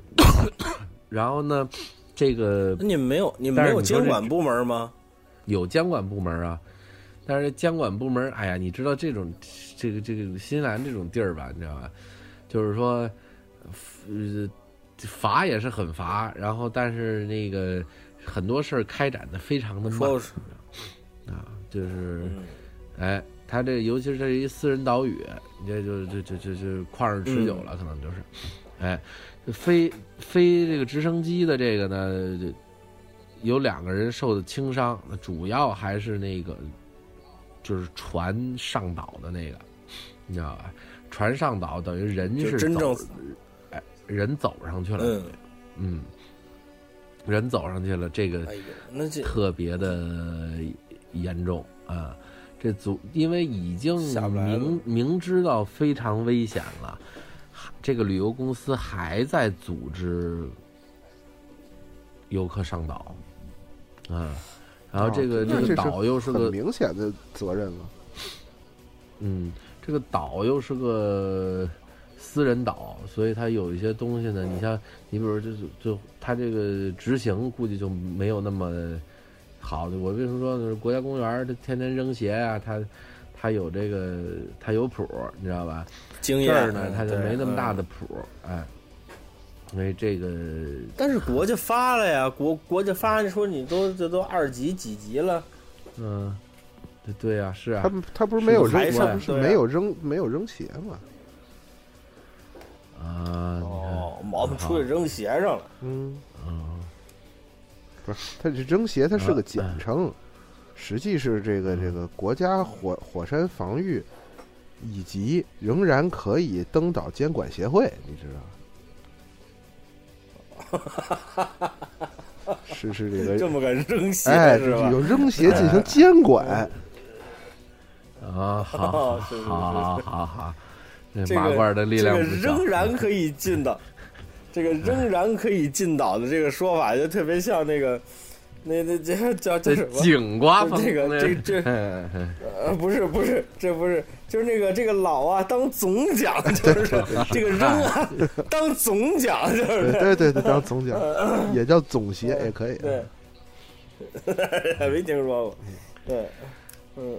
[SPEAKER 3] 然后呢，这个
[SPEAKER 1] 那你们没有你们
[SPEAKER 3] 但
[SPEAKER 1] 没
[SPEAKER 3] 是
[SPEAKER 1] 有
[SPEAKER 3] 你说
[SPEAKER 1] 监
[SPEAKER 3] 这
[SPEAKER 1] 管部门吗？
[SPEAKER 3] 有监管部门啊，但是监管部门，哎呀，你知道这种这个这个新西兰这种地儿吧，你知道吧？就是说，呃，罚也是很罚，然后但是那个很多事儿开展的非常的慢
[SPEAKER 1] 说是
[SPEAKER 3] 啊，就是
[SPEAKER 1] 嗯
[SPEAKER 3] 哎，他这尤其是这一私人岛屿，你这就这这这这旷日持久
[SPEAKER 1] 嗯
[SPEAKER 3] 了，可能就是，哎，这飞飞这个直升机的这个呢，就有两个人受的轻伤，那主要还是那个就是船上岛的那个，你知道吧？船上岛等于人
[SPEAKER 1] 就是真正
[SPEAKER 3] 走哎人走上去了，
[SPEAKER 1] 嗯，
[SPEAKER 3] 嗯人走上去了，这个
[SPEAKER 1] 哎呦，那这
[SPEAKER 3] 特别的严重啊。这组因为已经
[SPEAKER 1] 下不来了
[SPEAKER 3] 明明知道非常危险了，还这个旅游公司还在组织游客上岛，啊，然后这个、
[SPEAKER 2] 哦
[SPEAKER 3] 这
[SPEAKER 2] 那
[SPEAKER 3] 个
[SPEAKER 2] 是
[SPEAKER 3] 岛又是
[SPEAKER 2] 很
[SPEAKER 3] 个
[SPEAKER 2] 明显的责任了。
[SPEAKER 3] 嗯，这个岛又是个私人岛，所以它有一些东西呢，你像你比如就就它这个执行估计就没有那么好的。我为什么说呢？国家公园儿它天天扔鞋啊，它它有这个它有谱儿，你知道吧？
[SPEAKER 1] 经
[SPEAKER 3] 这
[SPEAKER 1] 验啊
[SPEAKER 3] 儿呢，它就
[SPEAKER 1] 对
[SPEAKER 3] 没那么大
[SPEAKER 1] 嗯
[SPEAKER 3] 的谱儿，哎，所以这个
[SPEAKER 1] 但是国家发了呀，国国家发说你都这都二级几级了，
[SPEAKER 3] 嗯，对对呀、是啊
[SPEAKER 2] 他，们他不是没有
[SPEAKER 1] 是
[SPEAKER 2] 扔
[SPEAKER 1] 还，是
[SPEAKER 2] 他不是
[SPEAKER 1] 对啊
[SPEAKER 2] 没有扔没有扔鞋吗？
[SPEAKER 3] 啊，你看
[SPEAKER 1] 哦，毛病出去扔鞋上了，
[SPEAKER 2] 嗯，
[SPEAKER 3] 嗯
[SPEAKER 2] 不是，他是扔鞋，它是
[SPEAKER 3] 啊嗯
[SPEAKER 2] 个简称，实际是这个这个国家火火山防御以及仍然可以登岛监管协会，你知道？ 是是
[SPEAKER 3] 嗯
[SPEAKER 2] 这
[SPEAKER 1] 这
[SPEAKER 2] 个，
[SPEAKER 1] 么个扔鞋
[SPEAKER 2] 哎，
[SPEAKER 1] 是吧
[SPEAKER 2] 有？扔鞋进行监
[SPEAKER 3] 哎
[SPEAKER 2] 管，
[SPEAKER 3] 啊，好，好，
[SPEAKER 1] 哦是是是
[SPEAKER 3] 好，好，好，这
[SPEAKER 1] 这
[SPEAKER 3] 麻
[SPEAKER 1] 个
[SPEAKER 3] 罐的力量
[SPEAKER 1] 这
[SPEAKER 3] 不
[SPEAKER 1] 个
[SPEAKER 3] 小。
[SPEAKER 1] 仍然可以进 岛，这个仍然可以进岛的这个说法，就特别像那个，那那这叫叫
[SPEAKER 3] 这
[SPEAKER 1] 什么？
[SPEAKER 3] 井瓜风，
[SPEAKER 1] 这个这这
[SPEAKER 3] 哎哎
[SPEAKER 1] 呃，不是不是，这不是，就是那个这个老啊，当总讲就是 这个扔啊，当总讲就是
[SPEAKER 2] 对对对对，当总 奖也叫总协也可以，
[SPEAKER 1] 对， 没听说过，对，嗯，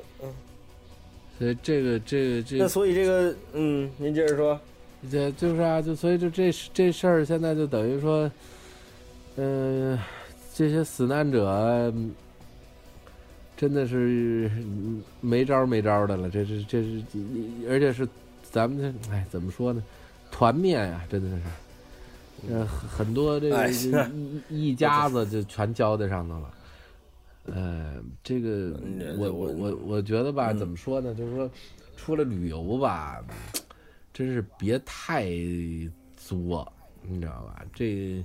[SPEAKER 3] 所以这个这个
[SPEAKER 1] 那
[SPEAKER 3] 这
[SPEAKER 1] 所以这个，嗯，您接着说，
[SPEAKER 3] 这就是啊，就所以就这这事儿现在就等于说，嗯、这些死难者嗯真的是嗯没招儿没招儿的了，这是这是，而且是咱们这哎怎么说呢，团灭呀、真的是。呃，很很多这个
[SPEAKER 1] 哎
[SPEAKER 3] 一
[SPEAKER 1] 是
[SPEAKER 3] 一一家子就全交在上头了，呃，这个
[SPEAKER 1] 嗯
[SPEAKER 3] 我我我我觉得吧，
[SPEAKER 1] 嗯
[SPEAKER 3] 怎么说呢？就是说，出来旅游吧，真是别太作，你知道吧？这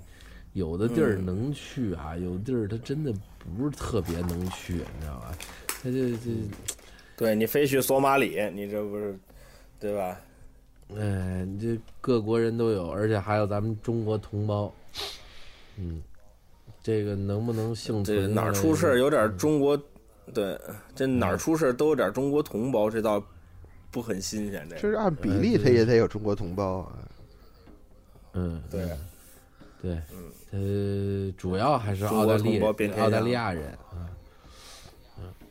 [SPEAKER 3] 有的地儿
[SPEAKER 1] 嗯
[SPEAKER 3] 能去啊，有的地儿它真的不是特别能去，你知道吧？它这这，
[SPEAKER 1] 对你非去索马里，你这不是，对吧？嗯
[SPEAKER 3] 哎，你这各国人都有，而且还有咱们中国同胞，嗯，这个能不能幸
[SPEAKER 1] 这
[SPEAKER 3] 存？
[SPEAKER 1] 哪儿出事儿？有点中国，对，这哪儿出事儿都有点中国同胞，这倒不很新鲜。这
[SPEAKER 2] 就是按比
[SPEAKER 3] 哎
[SPEAKER 2] 例，
[SPEAKER 3] 对
[SPEAKER 2] 它也得有中国同胞啊。
[SPEAKER 3] 嗯，
[SPEAKER 1] 对，
[SPEAKER 3] 对，呃，主要还是
[SPEAKER 1] 嗯中
[SPEAKER 3] 澳
[SPEAKER 1] 国
[SPEAKER 3] 大
[SPEAKER 1] 同
[SPEAKER 3] 利
[SPEAKER 1] 胞遍天
[SPEAKER 3] 澳大
[SPEAKER 1] 下
[SPEAKER 3] 利亚人，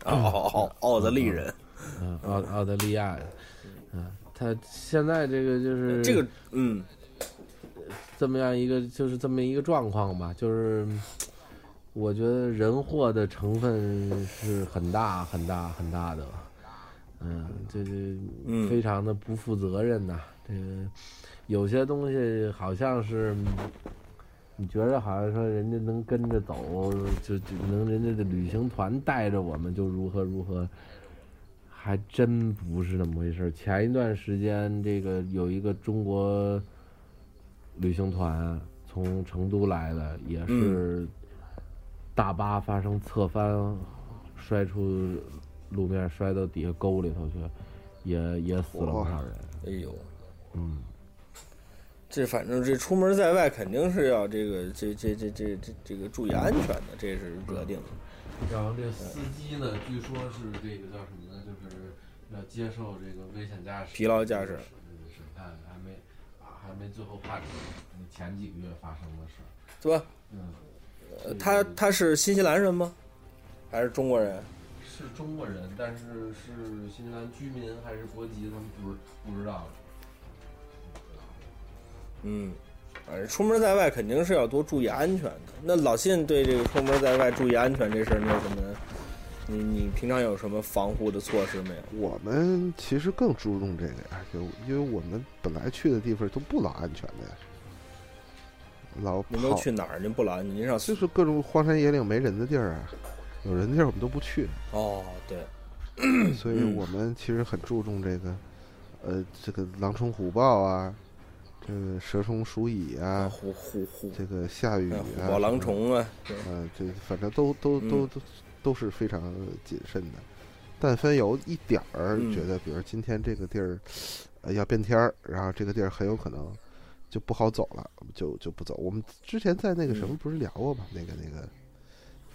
[SPEAKER 1] 哦，澳大利人，
[SPEAKER 3] 嗯，澳澳大利亚，嗯，他现在这个就是
[SPEAKER 1] 这个，嗯，
[SPEAKER 3] 这么样一个就是这么一个状况吧，就是嗯我觉得人祸的成分是很大很大很大的，嗯，这
[SPEAKER 1] 嗯
[SPEAKER 3] 这非常的不负责任呐、这个有些东西好像是。嗯你觉得好像说人家能跟着走，就就能人家的旅行团带着我们就如何如何，还真不是那么回事儿。前一段时间，这个有一个中国旅行团从成都来的，也是大巴发生侧翻，摔出路面，摔到底下沟里头去，也也死了不少人。
[SPEAKER 1] 哎呦，
[SPEAKER 3] 嗯，
[SPEAKER 1] 这反正这出门在外肯定是要这个这这这这这这个注意安全的，这是热定的。
[SPEAKER 3] 然后这司机呢，据说是这个叫什么呢？
[SPEAKER 4] 呃
[SPEAKER 3] 就是要接受这个危险驾驶、
[SPEAKER 1] 疲劳驾驶
[SPEAKER 3] 审判，还没啊还
[SPEAKER 4] 还没最后判决，前几个月发生的事儿。
[SPEAKER 1] 对吧？
[SPEAKER 4] 嗯，
[SPEAKER 1] 呃他他是新西兰人吗？还是中国人？
[SPEAKER 4] 是中国人，但是是新西兰居民还是国籍，他们不知不知道。
[SPEAKER 1] 嗯，反正出门在外肯定是要多注意安全的。那老信对这个出门在外注意安全这事儿，你有什么？你你平常有什么防护的措施没有？
[SPEAKER 2] 我们其实更注重这个呀，就因为我们本来去的地方都不老安全的呀，老
[SPEAKER 1] 您都
[SPEAKER 2] 跑
[SPEAKER 1] 去哪儿？您不拦您上
[SPEAKER 2] 就是各种荒山野岭没人的地儿啊，有人的地儿我们都 不去，
[SPEAKER 1] 哦，对，
[SPEAKER 2] 所以我们其实很注重这个，呃，这个狼虫虎豹啊，这个蛇虫鼠蚁啊，
[SPEAKER 1] 虎虎虎，
[SPEAKER 2] 这个下雨
[SPEAKER 1] 哎
[SPEAKER 2] 啊，
[SPEAKER 1] 哦虎豹狼虫啊，对
[SPEAKER 2] 呃，这反正都都
[SPEAKER 1] 嗯
[SPEAKER 2] 都都都是非常谨慎的。但凡有一点儿
[SPEAKER 1] 嗯
[SPEAKER 2] 觉得，比如今天这个地儿，呃，要变天儿，然后这个地儿很有可能就不好走了，就就不走。我们之前在那个什么
[SPEAKER 1] 嗯
[SPEAKER 2] 不是聊过吗？那个那个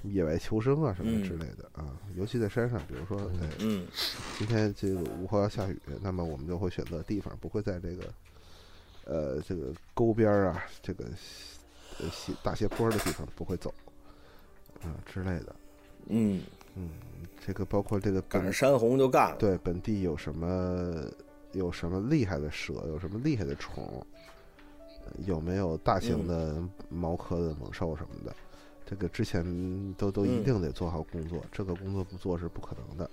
[SPEAKER 2] 野外求生啊什么
[SPEAKER 1] 嗯
[SPEAKER 2] 之类的啊，尤其在山上，比如说，呃，
[SPEAKER 1] 嗯
[SPEAKER 2] 今天这个午后要下雨，那么我们就会选择地方，不会在这个，呃，这个沟边儿啊，这个呃斜大斜坡的地方不会走，啊、之类的。
[SPEAKER 1] 嗯，
[SPEAKER 2] 这个包括这个
[SPEAKER 1] 赶
[SPEAKER 2] 本
[SPEAKER 1] 上山洪就干了，
[SPEAKER 2] 对本地有什么有什么厉害的蛇，有什么厉害的虫，呃有没有大型的猫科的猛兽什么的，这个之前都都一
[SPEAKER 1] 嗯
[SPEAKER 2] 定得做好工作，这个工作不做是不可能的。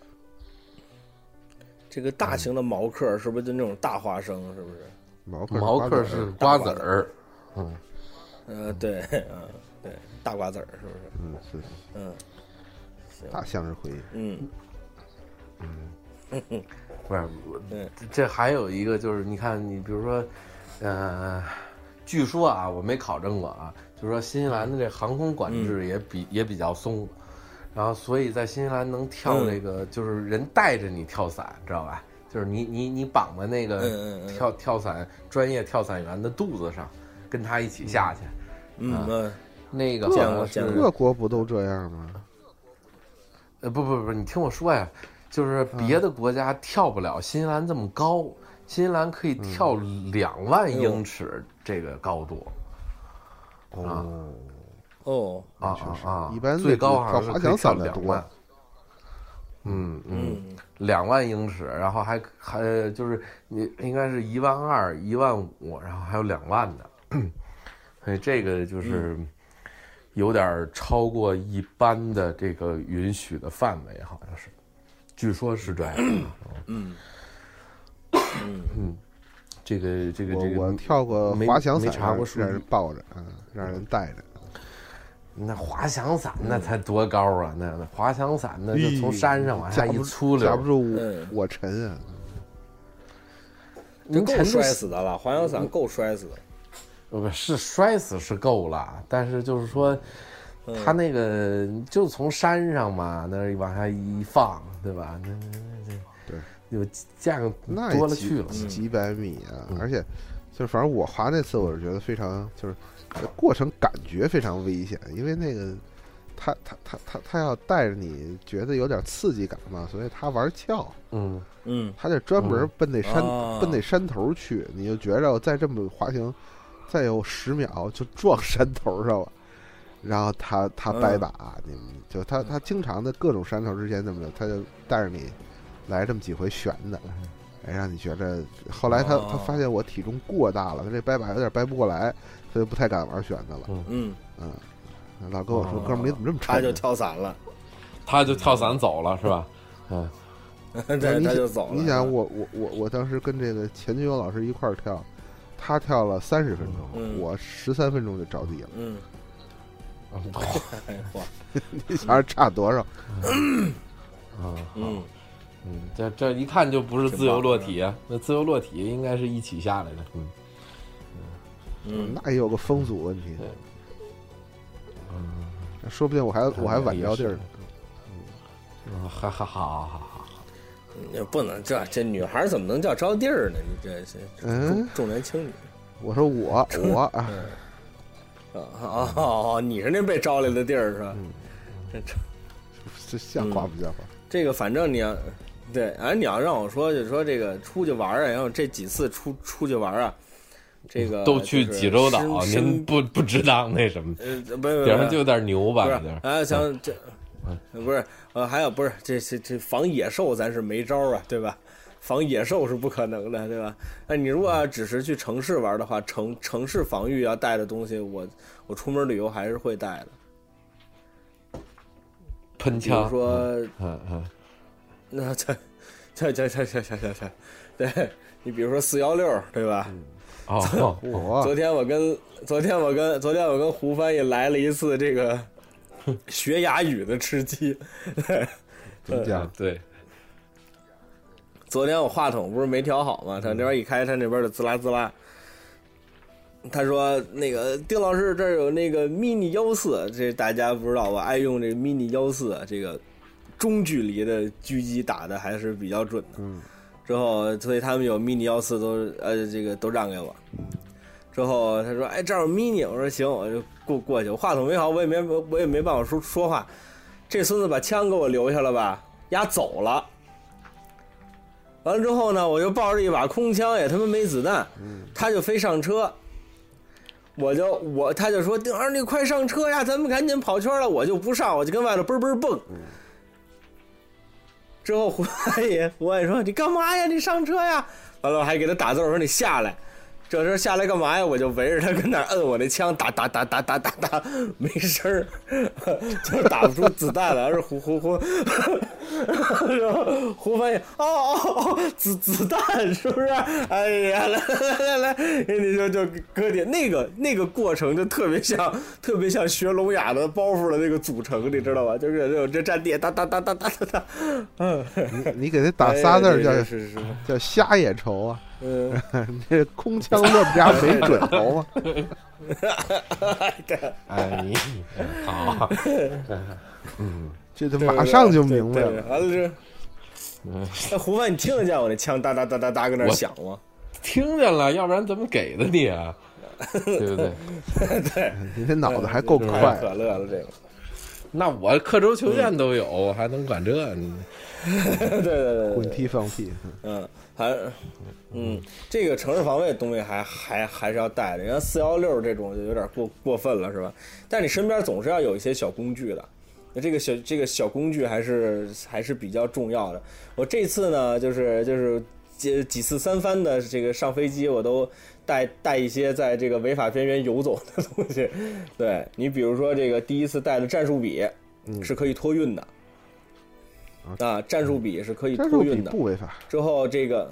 [SPEAKER 1] 这个大型的毛克是不是就那种大花生？是不是？
[SPEAKER 2] 毛克
[SPEAKER 3] 毛
[SPEAKER 2] 瓜
[SPEAKER 3] 克
[SPEAKER 2] 子儿
[SPEAKER 3] 是
[SPEAKER 1] 瓜
[SPEAKER 3] 瓜
[SPEAKER 1] 子
[SPEAKER 3] 子
[SPEAKER 1] 儿
[SPEAKER 3] 儿，嗯，
[SPEAKER 1] 呃，对， 嗯，对，大瓜子儿是不是？
[SPEAKER 2] 嗯是
[SPEAKER 1] 嗯
[SPEAKER 2] 大向日葵。
[SPEAKER 1] 嗯
[SPEAKER 3] 不是，我
[SPEAKER 1] 对
[SPEAKER 3] 这这还有一个就是，你看，你比如说，呃，据说啊，我没考证过啊，就是说新西兰的这航空管制也比、也比较松，然后所以在新西兰能跳
[SPEAKER 1] 嗯
[SPEAKER 3] 这个，就是人带着你跳伞，知道吧？就是你你你绑在那个
[SPEAKER 1] 嗯嗯嗯
[SPEAKER 3] 跳、跳伞专业跳伞员的肚子上，跟他一起下去，
[SPEAKER 1] 嗯嗯，
[SPEAKER 3] 那个
[SPEAKER 1] 见
[SPEAKER 3] 好
[SPEAKER 1] 过见
[SPEAKER 3] 像是
[SPEAKER 1] 过
[SPEAKER 2] 各国不都这样吗？
[SPEAKER 3] 呃，不不不，你听我说呀，就是
[SPEAKER 2] 嗯
[SPEAKER 3] 别的国家跳不了新西兰这么高，新西兰可以跳
[SPEAKER 2] 嗯
[SPEAKER 3] 两
[SPEAKER 2] 哎
[SPEAKER 3] 万英尺这个高度、
[SPEAKER 2] 哦，
[SPEAKER 1] 哦，
[SPEAKER 3] 啊
[SPEAKER 2] 确实
[SPEAKER 3] 啊啊！
[SPEAKER 2] 一般
[SPEAKER 3] 最高
[SPEAKER 2] 那
[SPEAKER 3] 好像
[SPEAKER 2] 个跳滑
[SPEAKER 3] 是可
[SPEAKER 2] 翔
[SPEAKER 3] 以跳
[SPEAKER 2] 伞的
[SPEAKER 3] 两
[SPEAKER 2] 多
[SPEAKER 3] 万。嗯嗯，
[SPEAKER 1] 嗯
[SPEAKER 3] 两万英尺，然后还还就是你应该是一万二、一万五，然后还有两万的，所以这个就是有点儿超过一般的这个允许的范围，好像是，据说是这样啊。嗯
[SPEAKER 1] 嗯
[SPEAKER 3] 这个这个
[SPEAKER 2] 我
[SPEAKER 3] 这个
[SPEAKER 2] 我跳过
[SPEAKER 3] 没
[SPEAKER 2] 滑翔
[SPEAKER 3] 没
[SPEAKER 2] 伞，啊
[SPEAKER 3] 查过数
[SPEAKER 2] 让人
[SPEAKER 3] 据
[SPEAKER 2] 抱着啊，让人带着。
[SPEAKER 3] 那滑翔伞那才多高啊！那那滑翔伞那
[SPEAKER 2] 哎
[SPEAKER 3] 就从山上往下
[SPEAKER 2] 架
[SPEAKER 3] 一
[SPEAKER 2] 不
[SPEAKER 3] 粗
[SPEAKER 2] 架不
[SPEAKER 3] 溜，
[SPEAKER 2] 住我
[SPEAKER 1] 嗯
[SPEAKER 2] 我沉啊！
[SPEAKER 3] 您
[SPEAKER 1] 够
[SPEAKER 3] 沉
[SPEAKER 1] 摔
[SPEAKER 3] 就
[SPEAKER 1] 死的了，滑翔伞够摔死的。
[SPEAKER 3] 呃不是摔死是够了，但是就是说，他那个就从山上嘛，那往下一放，对吧？那那那
[SPEAKER 2] 对
[SPEAKER 3] 那有价格
[SPEAKER 2] 那
[SPEAKER 3] 多
[SPEAKER 2] 也
[SPEAKER 3] 了
[SPEAKER 2] 几
[SPEAKER 3] 去了，嗯
[SPEAKER 2] 几百米啊！而且就是反正我滑那次，我是觉得非常就是过程感觉非常危险，因为那个他他他他他要带着你觉得有点刺激感嘛，所以他玩翘。
[SPEAKER 3] 嗯，
[SPEAKER 1] 嗯
[SPEAKER 2] 他就专门奔那山、
[SPEAKER 1] 啊
[SPEAKER 2] 奔那山头去，你就觉着再这么滑行，再有十秒就撞山头上了，然后他他
[SPEAKER 1] 嗯
[SPEAKER 2] 掰把，你们就他他经常在各种山头之间这么着，他就带着你来这么几回旋的，哎，让你觉着。后来他、
[SPEAKER 1] 哦
[SPEAKER 2] 他发现我体重过大了，他这掰把有点掰不过来，他就不太敢玩旋的了。
[SPEAKER 1] 嗯，
[SPEAKER 2] 老跟我说：“
[SPEAKER 3] 哦
[SPEAKER 2] 哥们儿，你怎么这么
[SPEAKER 1] 他
[SPEAKER 2] 沉啊
[SPEAKER 1] 就
[SPEAKER 2] 呢？
[SPEAKER 1] 跳伞了，
[SPEAKER 3] 他就跳伞走了是吧？嗯，
[SPEAKER 1] 对，
[SPEAKER 2] 你
[SPEAKER 1] 他
[SPEAKER 2] 想
[SPEAKER 1] 就走了。
[SPEAKER 2] 你想我我我我当时跟这个钱军勇老师一块儿跳，他跳了三十分钟，
[SPEAKER 1] 嗯
[SPEAKER 2] 我十三分钟就着地了，
[SPEAKER 1] 嗯，
[SPEAKER 3] 嗯
[SPEAKER 1] 哎嚯，
[SPEAKER 2] 你想想差多少？
[SPEAKER 1] 嗯，
[SPEAKER 3] 嗯，这这一看就不是
[SPEAKER 1] 挺
[SPEAKER 3] 自由
[SPEAKER 1] 棒
[SPEAKER 3] 落
[SPEAKER 1] 的
[SPEAKER 3] 体啊，那自由落体应该是一起下来的，嗯。
[SPEAKER 1] 嗯
[SPEAKER 2] 那也有个风阻问题
[SPEAKER 3] 对，
[SPEAKER 2] 说不定我还我还晚着地儿呢。
[SPEAKER 3] 嗯，好好好好好，
[SPEAKER 1] 嗯也不能这这女孩怎么能叫招地儿呢？你这这
[SPEAKER 2] 嗯
[SPEAKER 1] 重重男轻女
[SPEAKER 2] 我 说我我
[SPEAKER 1] 嗯
[SPEAKER 2] 啊，
[SPEAKER 1] 啊哦哦哦，你是那被招来的地儿是吧？这这
[SPEAKER 2] 这像话不像话？
[SPEAKER 1] 这个反正你要对，哎，你要让我说，就说这个出去玩儿啊，然后这几次出出去玩儿啊，这个
[SPEAKER 5] 都去
[SPEAKER 1] 就是
[SPEAKER 5] 济州岛，
[SPEAKER 1] 身
[SPEAKER 5] 您
[SPEAKER 1] 身
[SPEAKER 5] 不不值当那什么，
[SPEAKER 1] 呃不不
[SPEAKER 5] 顶上
[SPEAKER 1] 不
[SPEAKER 5] 就有点嗯牛吧，
[SPEAKER 1] 不，
[SPEAKER 5] 就是
[SPEAKER 1] 啊，像这，不是，呃，还有不是，这这这防野兽咱是没招儿啊，对吧？防野兽是不可能的，对吧？那你如果要只是去城市玩的话，城城市防御要带的东西，我我出门旅游还是会带的，
[SPEAKER 5] 喷
[SPEAKER 1] 比如
[SPEAKER 5] 枪，
[SPEAKER 1] 说
[SPEAKER 5] 嗯嗯，
[SPEAKER 1] 那这这这这这这这这，对你比如说四幺六，对吧？
[SPEAKER 5] 嗯哦，
[SPEAKER 2] 我
[SPEAKER 1] 嗯昨天我跟昨天我跟昨天我跟胡翻译来了一次 这个学哑语的吃鸡。
[SPEAKER 2] 怎么讲
[SPEAKER 1] 嗯
[SPEAKER 5] 啊？对，
[SPEAKER 1] 昨天我话筒不是没调好吗？他那边一开，他那边就滋啦滋啦。他说：“那个丁老师，这儿有那个 mini 幺四，这大家不知道，我爱用这个 mini 幺四，啊这个中距离的狙击打的还是比较准的。
[SPEAKER 2] 嗯，
[SPEAKER 1] 之后，所以他们有 mini 幺四都呃这个都让给我。之后他说：‘哎，这儿有 mini。’我说：‘行，我就过过去。’我话筒没好，我也没我也没办法说说话。这孙子把枪给我留下了吧？丫走了。完了之后呢，我就抱着一把空枪，也他妈没子弹，他就非上车。我就我他就说丁儿你快上车呀，咱们赶紧跑圈了。我就不上，我就跟外头嘣嘣蹦。之后胡大爷，胡大爷说你干嘛呀？你上车呀！完了我还给他打字，我说你下来。这时候下来干嘛呀？我就围着他跟那儿摁我那枪，打打打打打打打，没声儿， 就是打不出子弹来，而是胡胡胡， 然后胡翻译，哦哦哦，子子弹是不是？哎呀，来来来来，你就就搁点那个那个过程就特别像特别像学聋哑的包袱的那个组成，你知道吧？就是这种这站地哒哒哒哒哒哒哒，嗯，
[SPEAKER 2] 你你给他打仨字儿叫
[SPEAKER 1] 哎是是是，
[SPEAKER 2] 叫瞎眼仇啊，
[SPEAKER 1] 嗯。
[SPEAKER 2] 这空枪乱加没准头啊 吗？
[SPEAKER 5] 哎，你 好，
[SPEAKER 2] 这就马上就明白
[SPEAKER 1] 对对
[SPEAKER 2] 了。
[SPEAKER 1] 对完了之后
[SPEAKER 5] 嗯，
[SPEAKER 1] 那胡范，你听得见我那枪哒哒哒哒哒跟那儿
[SPEAKER 5] 我
[SPEAKER 1] 响吗？
[SPEAKER 5] 听见了，要不然怎么给的你啊？对不对？
[SPEAKER 1] 对，
[SPEAKER 2] 你这脑子还够
[SPEAKER 1] 太
[SPEAKER 2] 快，
[SPEAKER 1] 可乐了，这个。
[SPEAKER 5] 那我刻舟求剑都有，我还能管这？
[SPEAKER 1] 对对对对，对
[SPEAKER 2] 滚踢放 屁，
[SPEAKER 1] 嗯，还，嗯，这个城市防卫东西还还还是要带的。你看四幺六这种就有点过过分了，是吧？但你身边总是要有一些小工具的。那这个小这个小工具还是还是比较重要的。我这次呢，就是就是几几次三番的这个上飞机，我都带带一些在这个违法边缘游走的东西。对你比如说这个第一次带的战术笔
[SPEAKER 2] 嗯
[SPEAKER 1] 是可以托运的，啊，战术笔是可以
[SPEAKER 2] 战
[SPEAKER 1] 托
[SPEAKER 2] 术笔
[SPEAKER 1] 运的。
[SPEAKER 2] 不违法，
[SPEAKER 1] 之后这个，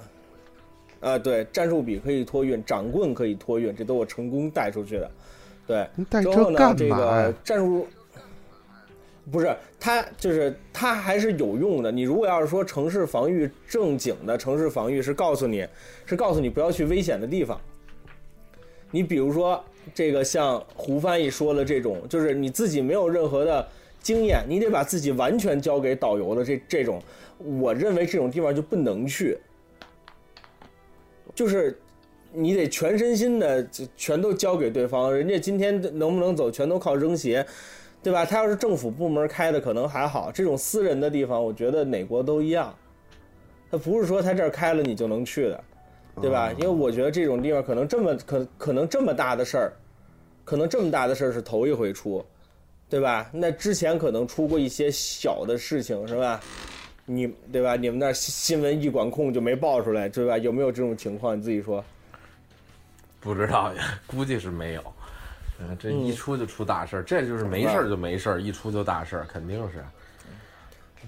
[SPEAKER 1] 啊，对，战术笔可以托运，掌棍可以托运，这都我成功带出去的。对，
[SPEAKER 2] 你带
[SPEAKER 1] 之
[SPEAKER 2] 这
[SPEAKER 1] 后呢，
[SPEAKER 2] 干
[SPEAKER 1] 这
[SPEAKER 2] 嘛呀
[SPEAKER 1] 个？战术不是它，就是它还是有用的。你如果要是说城市防御正经的城市防御是告诉你，是告诉你不要去危险的地方。你比如说这个像胡翻译说的这种，就是你自己没有任何的经验，你得把自己完全交给导游的这这种，我认为这种地方就不能去，就是你得全身心的全都交给对方，人家今天能不能走全都靠扔鞋，对吧？他要是政府部门开的可能还好，这种私人的地方，我觉得哪国都一样，他不是说他这儿开了你就能去的，对吧？啊因为我觉得这种地方可能这么可可能这么大的事儿，可能这么大的事儿是头一回出，对吧？那之前可能出过一些小的事情，是吧？你对吧？你们那儿新新闻一管控就没爆出来，对吧？有没有这种情况？你自己说。
[SPEAKER 5] 不知道呀， 估计是没有。嗯，这一出就出大事儿，这就是没事儿就没事儿，一出就大事儿，肯定是。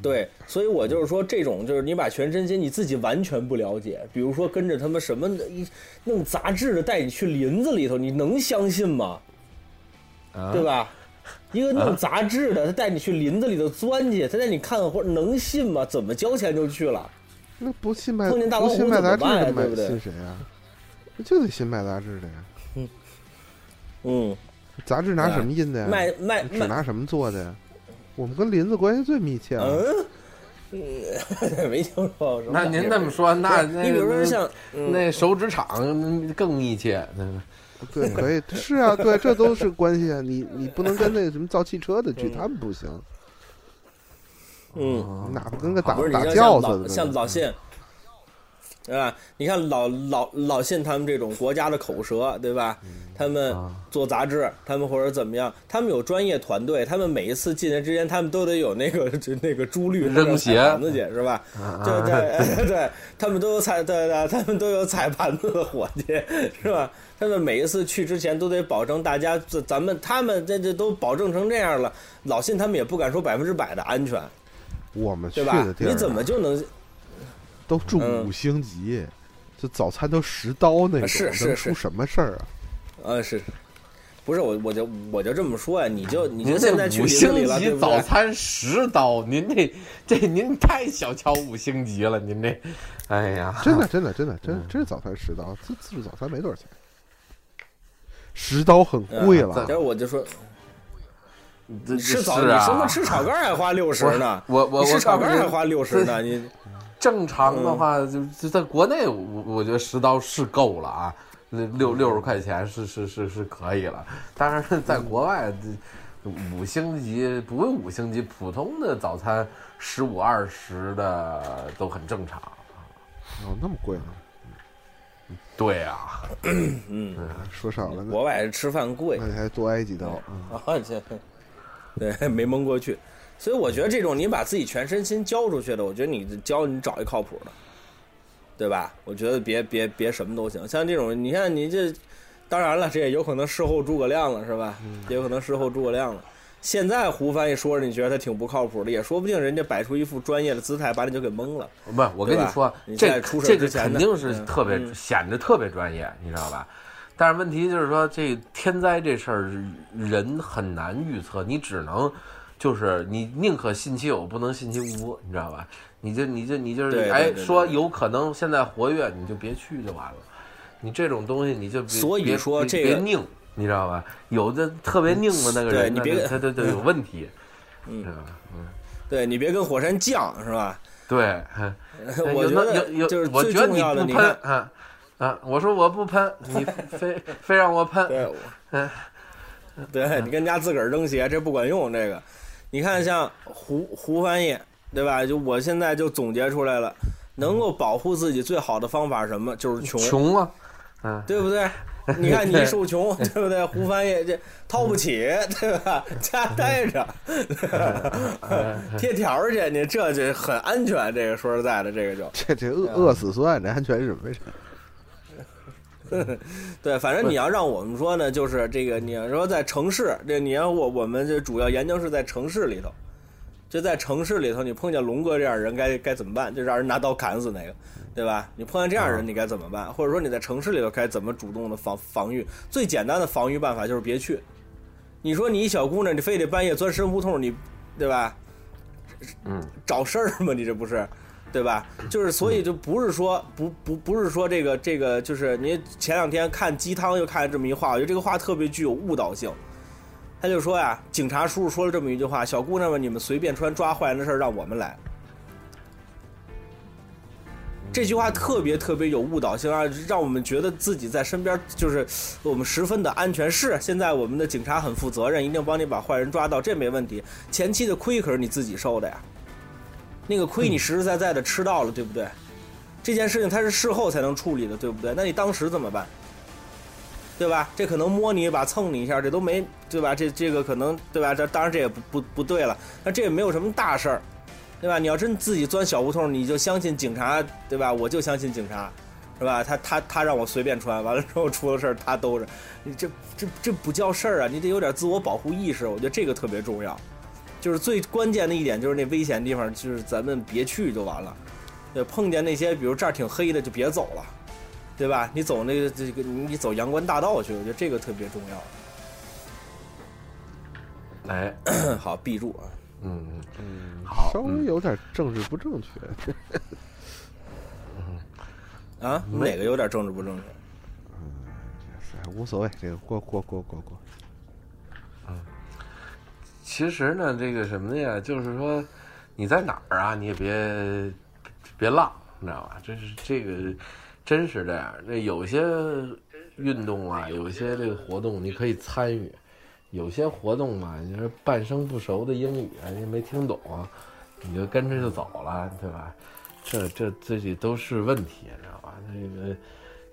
[SPEAKER 1] 对，所以我就是说，这种就是你把全身心你自己完全不了解，比如说跟着他们什么一弄杂志的带你去林子里头，你能相信吗？
[SPEAKER 5] 啊
[SPEAKER 1] 对吧？一个弄杂志的，他带你去林子里头钻去，他带你看花，能信吗？怎么交钱就去了？
[SPEAKER 2] 那不信卖
[SPEAKER 1] 碰见大老
[SPEAKER 2] 不
[SPEAKER 1] 虎
[SPEAKER 2] 信卖杂志
[SPEAKER 1] 怎么办呀
[SPEAKER 2] 的买
[SPEAKER 1] 对不对
[SPEAKER 2] 信谁啊？那就得信卖杂志的呀。
[SPEAKER 1] 嗯，
[SPEAKER 2] 杂志拿什么印的呀？
[SPEAKER 5] 嗯
[SPEAKER 1] 卖卖
[SPEAKER 2] 纸
[SPEAKER 1] 卖，
[SPEAKER 2] 拿什么做的呀？我们跟林子关系最密切啊。
[SPEAKER 1] 嗯，嗯没听说过什么
[SPEAKER 5] 那
[SPEAKER 1] 杂志。
[SPEAKER 5] 您这么说，那
[SPEAKER 1] 不是
[SPEAKER 5] 那
[SPEAKER 1] 你比如说像嗯
[SPEAKER 5] 那手指厂更密切，嗯
[SPEAKER 2] 对，可以，是啊，对，这都是关系啊。你你不能跟那个什么造汽车的去，他们不行，
[SPEAKER 1] 嗯。
[SPEAKER 2] 你哪怕跟个打
[SPEAKER 1] 不是你
[SPEAKER 2] 打
[SPEAKER 1] 像像
[SPEAKER 2] 轿子
[SPEAKER 1] 老
[SPEAKER 2] 的呢
[SPEAKER 1] 像老信，对吧？你看老老老信他们这种国家的口舌，对吧？他
[SPEAKER 2] 嗯
[SPEAKER 1] 们
[SPEAKER 3] 啊
[SPEAKER 1] 做杂志，他们或者怎么样，他们有专业团队，他们每一次进人之前，他们都得有那个就那个朱绿
[SPEAKER 3] 扔鞋
[SPEAKER 1] 盘子去是吧？
[SPEAKER 2] 嗯
[SPEAKER 1] 对对对，他们都有踩对对，他们都有踩盘子的伙计是吧？他们每一次去之前都得保证大家，这咱们他们这这都保证成这样了，老信他们也不敢说百分之百的安全，
[SPEAKER 2] 我们去
[SPEAKER 1] 对吧
[SPEAKER 2] 的？地儿啊
[SPEAKER 1] 你怎么就能
[SPEAKER 2] 都住
[SPEAKER 1] 嗯啊
[SPEAKER 2] 五星级，就早餐都十刀那种，
[SPEAKER 1] 是是
[SPEAKER 2] 能
[SPEAKER 1] 是
[SPEAKER 2] 出什么事儿啊？
[SPEAKER 1] 呃，是，不是我我就我就这么说呀、你就你就
[SPEAKER 3] 您
[SPEAKER 1] 现
[SPEAKER 3] 这
[SPEAKER 1] 在去
[SPEAKER 3] 嗯五
[SPEAKER 1] 林子里
[SPEAKER 3] 星
[SPEAKER 1] 了，对
[SPEAKER 3] 级
[SPEAKER 1] 不
[SPEAKER 3] 早
[SPEAKER 1] 对？
[SPEAKER 3] 餐十刀，您这这您太小瞧五星级了，您这，哎呀，
[SPEAKER 2] 真的，真的，真的，真真是早餐十刀，自自助早餐没多少钱，十刀很贵
[SPEAKER 1] 嗯
[SPEAKER 2] 了
[SPEAKER 1] 但。是我就说
[SPEAKER 3] 这
[SPEAKER 1] 吃
[SPEAKER 3] 这
[SPEAKER 1] 早，
[SPEAKER 3] 是
[SPEAKER 1] 你
[SPEAKER 3] 啊
[SPEAKER 1] 什么吃炒肝还花六十呢？
[SPEAKER 3] 我我
[SPEAKER 1] 你
[SPEAKER 3] 我
[SPEAKER 1] 吃炒
[SPEAKER 3] 告诉
[SPEAKER 1] 肝还
[SPEAKER 3] 您
[SPEAKER 1] 花六十 呢？嗯你
[SPEAKER 3] 正常的话，就就在国内，我我觉得十刀是够了啊，六
[SPEAKER 1] 嗯
[SPEAKER 3] 六六十块钱是是是是可以了。但是
[SPEAKER 1] 嗯
[SPEAKER 3] 在国外，这五星级不用五星级，普通的早餐十五二十的都很正常。
[SPEAKER 2] 哦，那么贵吗？
[SPEAKER 3] 对啊，
[SPEAKER 2] 说少了呢，
[SPEAKER 1] 国外吃饭贵
[SPEAKER 3] 嗯
[SPEAKER 2] 那你还多挨几刀。嗯
[SPEAKER 1] 啊，这 对没蒙过去。所以我觉得这种你把自己全身心交出去的，我觉得你交你找一靠谱的，对吧？我觉得别别别什么都行，像这种你看你这，当然了，这也有可能事后诸葛亮了，是吧？也有可能事后诸葛亮了。现在胡帆一说，你觉得他挺不靠谱的，也说不定人家摆出一副专业的姿态，把你就给蒙了。
[SPEAKER 3] 不是，我跟
[SPEAKER 1] 对
[SPEAKER 3] 你
[SPEAKER 1] 吧
[SPEAKER 3] 说
[SPEAKER 1] 你，在
[SPEAKER 3] 这
[SPEAKER 1] 出事
[SPEAKER 3] 这
[SPEAKER 1] 之
[SPEAKER 3] 个
[SPEAKER 1] 前
[SPEAKER 3] 肯
[SPEAKER 1] 呢
[SPEAKER 3] 定是
[SPEAKER 1] 嗯
[SPEAKER 3] 特别、
[SPEAKER 1] 嗯
[SPEAKER 3] 显得特别专业，你知道吧？但是问题就是说，这天灾这事儿人很难预测，你只能就是你宁可信其有，不能信其无，你知道吧？你就你就你就是
[SPEAKER 1] 对对
[SPEAKER 3] 哎
[SPEAKER 1] 对，对
[SPEAKER 3] 说
[SPEAKER 1] 对
[SPEAKER 3] 有可能现在活跃，你就别去就完了。你这种东西你就别
[SPEAKER 1] 所以
[SPEAKER 3] 别
[SPEAKER 1] 说
[SPEAKER 3] 别
[SPEAKER 1] 这
[SPEAKER 3] 别
[SPEAKER 1] 个
[SPEAKER 3] 拧，你知道吧？有的特别拧的那个
[SPEAKER 1] 对
[SPEAKER 3] 人，
[SPEAKER 1] 你
[SPEAKER 3] 那
[SPEAKER 1] 别
[SPEAKER 3] 就他他 他有问题，嗯，知道吧？
[SPEAKER 1] 对你别跟火山犟，是吧？
[SPEAKER 3] 对。哎
[SPEAKER 1] 我
[SPEAKER 3] 有
[SPEAKER 1] 觉
[SPEAKER 3] 那有
[SPEAKER 1] 得
[SPEAKER 3] 有，
[SPEAKER 1] 就是
[SPEAKER 3] 我
[SPEAKER 1] 最
[SPEAKER 3] 觉得
[SPEAKER 1] 重要的，
[SPEAKER 3] 不
[SPEAKER 1] 你
[SPEAKER 3] 喷
[SPEAKER 1] 看，
[SPEAKER 3] 啊啊！我说我不喷，你非非让 我
[SPEAKER 1] 对，
[SPEAKER 3] 喷，
[SPEAKER 1] 我嗯对你跟家自个儿扔鞋，这不管用。这个，你看像胡胡翻译，对吧？就我现在就总结出来了，能够保护自己最好的方法是什么？就是穷，
[SPEAKER 3] 穷啊！嗯，
[SPEAKER 1] 对不 对？你看你一
[SPEAKER 3] 对
[SPEAKER 1] 受 穷，对不对？胡翻译这掏不起，对吧？家待 着，
[SPEAKER 3] 哎
[SPEAKER 1] 贴条儿去，你这就很安全。这个说实在的，这个就
[SPEAKER 2] 这这饿饿死算，这安全是没啥。
[SPEAKER 1] 对，反正你要让我们说呢，就是这个，你要说在城市，这你要我我们这主要研究是在城市里头，就在城市里头，你碰见龙哥这样的人该该怎么办？就让人拿刀砍死那个，对吧？你碰见这样的人你该怎么办？或者说你在城市里头该怎么主动的防防御？最简单的防御办法就是别去。你说你一小姑娘，你非得半夜钻深胡同，你对吧？
[SPEAKER 3] 嗯，
[SPEAKER 1] 找事儿吗？你这不是，对吧？就是所以就不是说不不不是说这个这个，就是您前两天看鸡汤又看了这么一话，我觉得这个话特别具有误导性。他就说呀，警察叔叔说了这么一句话：“小姑娘们，你们随便穿，抓坏人的事儿让我们来。”这句话特别特别有误导性啊，让我们觉得自己在身边就是我们十分的安全。是，现在我们的警察很负责任，一定帮你把坏人抓到，这没问题。前期的亏可是你自己受的呀，那个亏你实实在在的吃到了，对不对？这件事情它是事后才能处理的，对不对？那你当时怎么办？对吧？这可能摸你一把、蹭你一下，这都没对吧？这这个可能对吧？这当然这也不不不对了，那这也没有什么大事儿，对吧？你要真自己钻小胡同，你就相信警察，对吧？我就相信警察，是吧？他他他让我随便穿，完了之后出了事儿他兜着，你这这这不叫事儿啊！你得有点自我保护意识，我觉得这个特别重要。就是最关键的一点就是那危险地方，就是咱们别去就完了。对，碰见那些比如这儿挺黑的就别走了，对吧？你走那个这个你走阳关大道去，我觉得这个特别重要。
[SPEAKER 3] 哎，
[SPEAKER 1] 好，闭住啊。
[SPEAKER 3] 嗯，好，
[SPEAKER 2] 稍微
[SPEAKER 3] 嗯
[SPEAKER 2] 有点政治不正确，
[SPEAKER 1] 啊，哪个有点政治不正确？
[SPEAKER 2] 哎无所谓，这个过过过过过。
[SPEAKER 3] 其实呢，这个什么呀，就是说你在哪儿啊，你也别别浪，你知道吧？这是这个真是这样。这有些运动啊，有些这个活动你可以参与，有些活动嘛，你是半生不熟的英语啊，你也没听懂啊，你就跟着就走了，对吧？这这这里都是问题，你知道吧？那个，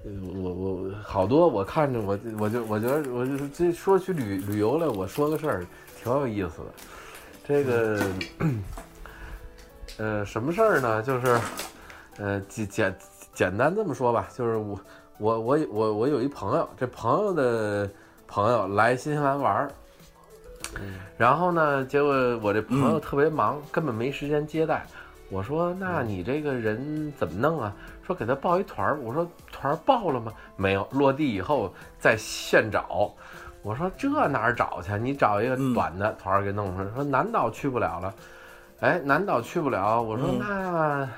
[SPEAKER 3] 呃我我好多我看着我我就我觉得我就是这说起旅旅游来，我说个事儿挺有意思的。这个，呃，什么事儿呢？就是，呃，简简简单这么说吧，就是我我我我我有一朋友，这朋友的朋友来新西兰玩儿。然后呢？结果我这朋友特别忙，根本没时间接待。我说：“那你这个人怎么弄啊？”说给他报一团儿。我说：“团儿报了吗？”没有，落地以后在现找。我说：“这哪儿找去？你找一个
[SPEAKER 1] 嗯
[SPEAKER 3] 短的团儿给弄出来。”说南岛去不了了，哎，南岛去不了。我说：“
[SPEAKER 1] 嗯
[SPEAKER 3] 那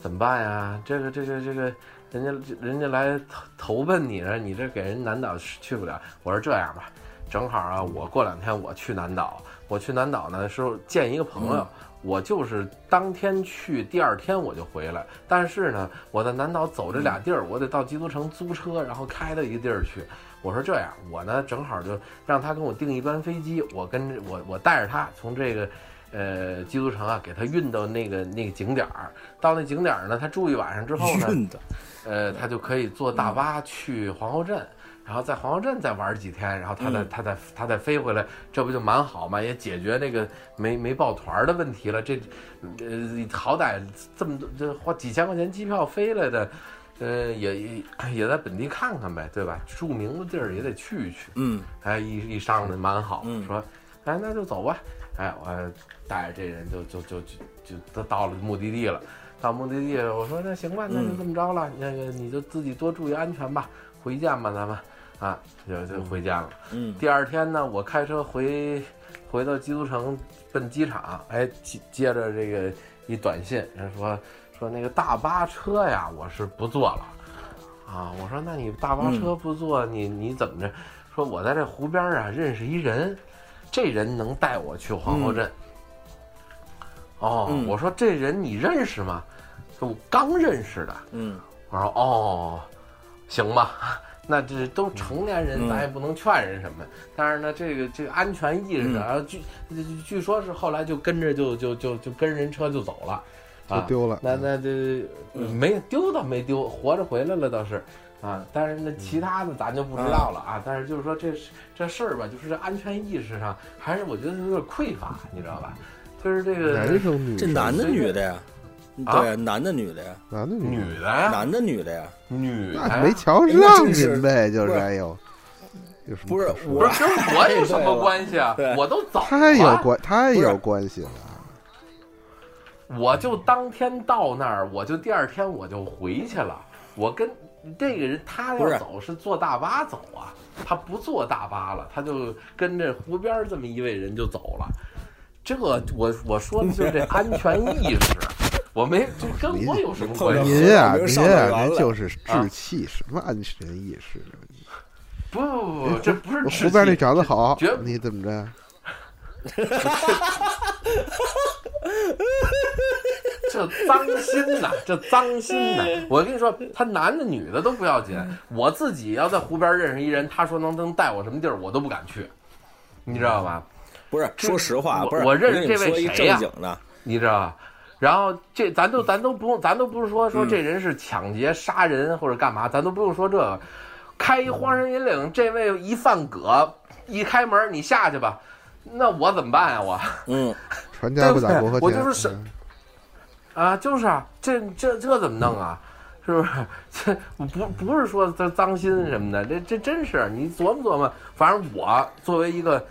[SPEAKER 3] 怎么办呀？这个这个这个，人家人家来投投奔你了，你这给人南岛去去不了。”我说：“这样吧，正好啊，
[SPEAKER 1] 嗯
[SPEAKER 3] 我过两天我去南岛，我去南岛呢是见一个朋友。
[SPEAKER 1] 嗯
[SPEAKER 3] 我就是当天去，第二天我就回来。但是呢，我在南岛走这
[SPEAKER 1] 嗯
[SPEAKER 3] 俩地儿，我得到基督城租车，然后开到一个地儿去。我说这样，我呢正好就让他跟我订一班飞机，我跟着我我带着他从这个，呃，基督城啊，给他运到那个那个景点儿。到那景点儿呢，他住一晚嗯上之后呢，
[SPEAKER 1] 运的，
[SPEAKER 3] 呃，他就可以坐大巴去皇后镇，然后在皇后镇再玩几天，然后他再、
[SPEAKER 1] 嗯
[SPEAKER 3] 他再他再飞回来，这不就蛮好嘛？也解决那个没没报团儿的问题了。这呃，好歹这么多这花几千块钱机票飞来的，呃，也也也在本地看看呗，对吧？著名的地儿也得去一去。
[SPEAKER 1] 嗯
[SPEAKER 3] 哎，一一商量蛮好，
[SPEAKER 1] 嗯
[SPEAKER 3] 说，哎，那就走吧。哎，我带着这人就就就就就都到了目的地了。到目的地，我说那行吧，那就这么着了。那个你就自己多注意安全吧，回见吧，咱们啊，就就回见了。
[SPEAKER 1] 嗯
[SPEAKER 3] 第二天呢，我开车回回到基督城，奔机场，哎，接接着这个一短信，人说说那个大巴车呀，我是不坐了。啊，我说那你大巴车不
[SPEAKER 1] 嗯
[SPEAKER 3] 坐，你你怎么着？说我在这湖边啊认识一人，这人能带我去皇后镇。哦，
[SPEAKER 1] 嗯
[SPEAKER 3] 我说这人你认识吗？说我刚认识的。
[SPEAKER 1] 嗯
[SPEAKER 3] 我说哦，行吧， 那这都成年人，
[SPEAKER 1] 嗯
[SPEAKER 3] 咱也不能劝人什么。但是呢，这个这个安全意识啊，据据据说是后来就跟着就就就就跟人车就走了，
[SPEAKER 2] 就
[SPEAKER 3] 啊，
[SPEAKER 2] 丢了。
[SPEAKER 3] 那那这没丢倒没丢，活着回来了倒是。啊，但是那其他的咱就不知道了啊。但是就是说这事这事儿吧，就是这安全意识上，还是我觉得有点匮乏，你知道吧？就是这
[SPEAKER 2] 男
[SPEAKER 3] 个
[SPEAKER 2] 生女
[SPEAKER 1] 这
[SPEAKER 2] 生
[SPEAKER 1] 男的
[SPEAKER 3] 随便
[SPEAKER 1] 女的呀？
[SPEAKER 3] 啊
[SPEAKER 1] 对，男的女的呀？
[SPEAKER 2] 男的
[SPEAKER 3] 女
[SPEAKER 2] 女的，
[SPEAKER 3] 的呀，
[SPEAKER 1] 男的女的呀？
[SPEAKER 3] 女的呀
[SPEAKER 2] 那没瞧
[SPEAKER 1] 那真
[SPEAKER 2] 上
[SPEAKER 1] 是
[SPEAKER 2] 您呗，就
[SPEAKER 1] 不
[SPEAKER 2] 是
[SPEAKER 1] 是
[SPEAKER 2] 哎呦，有什么
[SPEAKER 1] 不是
[SPEAKER 2] 可说
[SPEAKER 1] 我
[SPEAKER 3] 不是跟我有什么关系啊
[SPEAKER 1] 对？
[SPEAKER 3] 我都走了，
[SPEAKER 2] 太有关太
[SPEAKER 3] 不是
[SPEAKER 2] 有关系了，
[SPEAKER 3] 我就当天到那儿，我就第二天我就回去了。我跟这个人，他
[SPEAKER 1] 不是
[SPEAKER 3] 要走是坐大巴走啊，他不坐大巴了，他就跟着湖边儿这么一位人就走了。这我我说的就是这安全意识，我没这跟我有什么
[SPEAKER 1] 碰
[SPEAKER 3] 关
[SPEAKER 1] 着
[SPEAKER 3] 系？
[SPEAKER 1] 你
[SPEAKER 2] 您啊
[SPEAKER 1] 我就
[SPEAKER 2] 您
[SPEAKER 1] 上不
[SPEAKER 2] 啊
[SPEAKER 1] 了
[SPEAKER 2] 您
[SPEAKER 1] 了
[SPEAKER 2] 就是志
[SPEAKER 3] 啊
[SPEAKER 2] 气，什么安全意识？
[SPEAKER 3] 不不不不，这不是
[SPEAKER 2] 我
[SPEAKER 3] 窒
[SPEAKER 2] 湖边那
[SPEAKER 3] 息
[SPEAKER 2] 长得好
[SPEAKER 3] 绝，
[SPEAKER 2] 你怎么着？
[SPEAKER 3] 这脏心呐，这脏心呐！我跟你说，他男的女的都不要紧，我自己要在湖边认识一人，他说能能带我什么地儿，我都不敢去，你知道吧？
[SPEAKER 1] 不是，
[SPEAKER 3] 这
[SPEAKER 1] 说实话，啊
[SPEAKER 3] 我
[SPEAKER 1] 不是，
[SPEAKER 3] 我认识
[SPEAKER 1] 跟你
[SPEAKER 3] 这位
[SPEAKER 1] 说一
[SPEAKER 3] 谁呀
[SPEAKER 1] 正经的，
[SPEAKER 3] 你知道吧？然后这咱都咱都不用，咱都不是说说这人是抢劫、杀人或者干嘛，咱都不用说这个。开一荒山野岭，这位一犯葛，一开门你下去吧，那我怎么办呀、我？
[SPEAKER 1] 嗯
[SPEAKER 2] 传家不打
[SPEAKER 3] 对
[SPEAKER 2] 过河
[SPEAKER 3] 我
[SPEAKER 2] 前，
[SPEAKER 3] 就是是
[SPEAKER 2] 嗯
[SPEAKER 3] 啊，就是啊，这这这怎么弄啊？是不是？ 这我不不是说这脏心什么的，这这真是啊你琢磨琢磨。反正我作为一个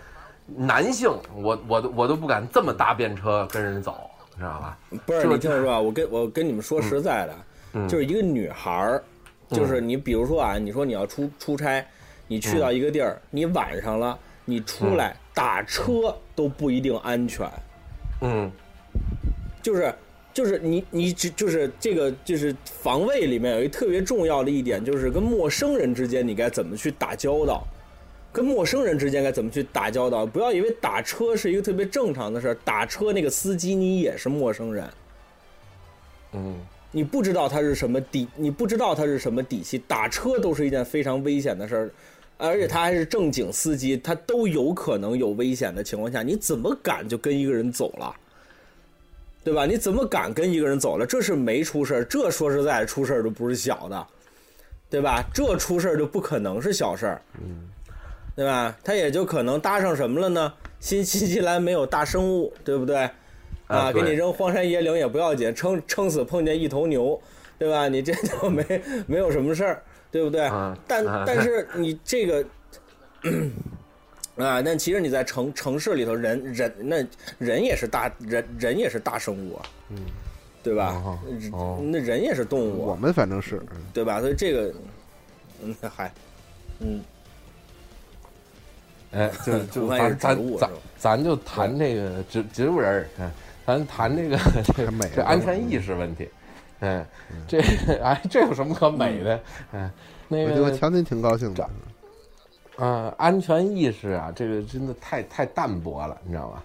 [SPEAKER 3] 男性，我我都我都不敢这么搭便车跟人走，你知道吧？
[SPEAKER 1] 不是，
[SPEAKER 3] 这
[SPEAKER 1] 你听我说啊，我跟我跟你们说实在的，啊就是一个女孩儿，就是你比如说啊，你说你要出出差，你去到一个地儿，你晚上了，你出来打车都不一定安全，
[SPEAKER 3] 嗯，
[SPEAKER 1] 就是。就是你，你只就是这个，就是防卫里面有一特别重要的一点，就是跟陌生人之间你该怎么去打交道，跟陌生人之间该怎么去打交道。不要以为打车是一个特别正常的事儿，打车那个司机你也是陌生人，
[SPEAKER 3] 嗯，
[SPEAKER 1] 你不知道他是什么底，你不知道他是什么底气，打车都是一件非常危险的事儿，而且他还是正经司机，他都有可能有危险的情况下，你怎么敢就跟一个人走了？对吧？你怎么敢跟一个人走了？这是没出事儿，这说实在出事儿就不是小的，对吧？这出事儿就不可能是小事儿，对吧？他也就可能搭上什么了呢？新新西兰没有大生物，对不对？啊，给
[SPEAKER 3] 对
[SPEAKER 1] 你扔荒山野岭也不要紧，撑撑死碰见一头牛，对吧？你这就没没有什么事儿，对不对
[SPEAKER 3] 啊？
[SPEAKER 1] 但
[SPEAKER 3] 啊
[SPEAKER 1] 但是你这个。 啊，但其实你在城城市里头人，人那人也是大人，人也是大生物啊，嗯，对吧？
[SPEAKER 3] 哦哦
[SPEAKER 1] 那人也是动物
[SPEAKER 2] 我
[SPEAKER 1] 啊，
[SPEAKER 2] 们反正是，
[SPEAKER 1] 对吧？所以这个，嗯，还，嗯，
[SPEAKER 3] 哎，就就
[SPEAKER 1] 图案也是
[SPEAKER 3] 咱
[SPEAKER 1] 植物
[SPEAKER 3] 咱
[SPEAKER 1] 是吧
[SPEAKER 3] 咱咱就谈这个植植物人儿，嗯咱谈这个这
[SPEAKER 2] 太美了
[SPEAKER 3] 这安全意识问题，嗯，这哎这有什么可美的？嗯，那
[SPEAKER 2] 我觉得我
[SPEAKER 3] 个
[SPEAKER 2] 瞧您挺高兴的
[SPEAKER 3] 长。啊，安全意识啊，这个真的太太淡薄了，你知道吗？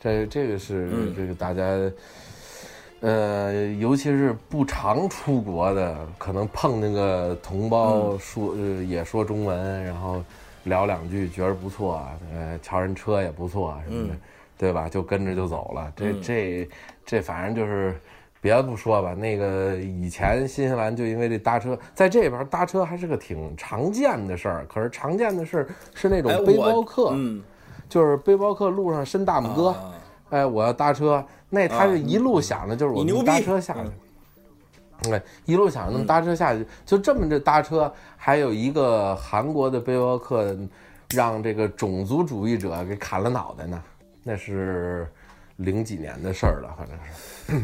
[SPEAKER 3] 这这个是
[SPEAKER 1] 嗯
[SPEAKER 3] 这个大家，呃，尤其是不常出国的，可能碰那个同胞说、
[SPEAKER 1] 嗯
[SPEAKER 3] 呃也说中文，然后聊两句觉得不错，呃，瞧人车也不错什
[SPEAKER 1] 嗯
[SPEAKER 3] 么的，对吧？就跟着就走了。这这这反正就是。别的不说吧，那个以前新西兰就因为这搭车，在这边搭车还是个挺常见的事儿。可是常见的事儿是那种
[SPEAKER 1] 哎，
[SPEAKER 3] 背
[SPEAKER 1] 我
[SPEAKER 3] 包客，
[SPEAKER 1] 嗯，
[SPEAKER 3] 就是背包客路上伸大拇哥，
[SPEAKER 1] 啊
[SPEAKER 3] 哎，我要搭车，那他是一路想着就是我
[SPEAKER 1] 你牛
[SPEAKER 3] 们
[SPEAKER 1] 逼嗯
[SPEAKER 3] 搭车下去，哎，一路想着能搭车下去，就这么着搭车，还有一个韩国的背包客让这个种族主义者给砍了脑袋呢，那是零几年的事儿了，反正是。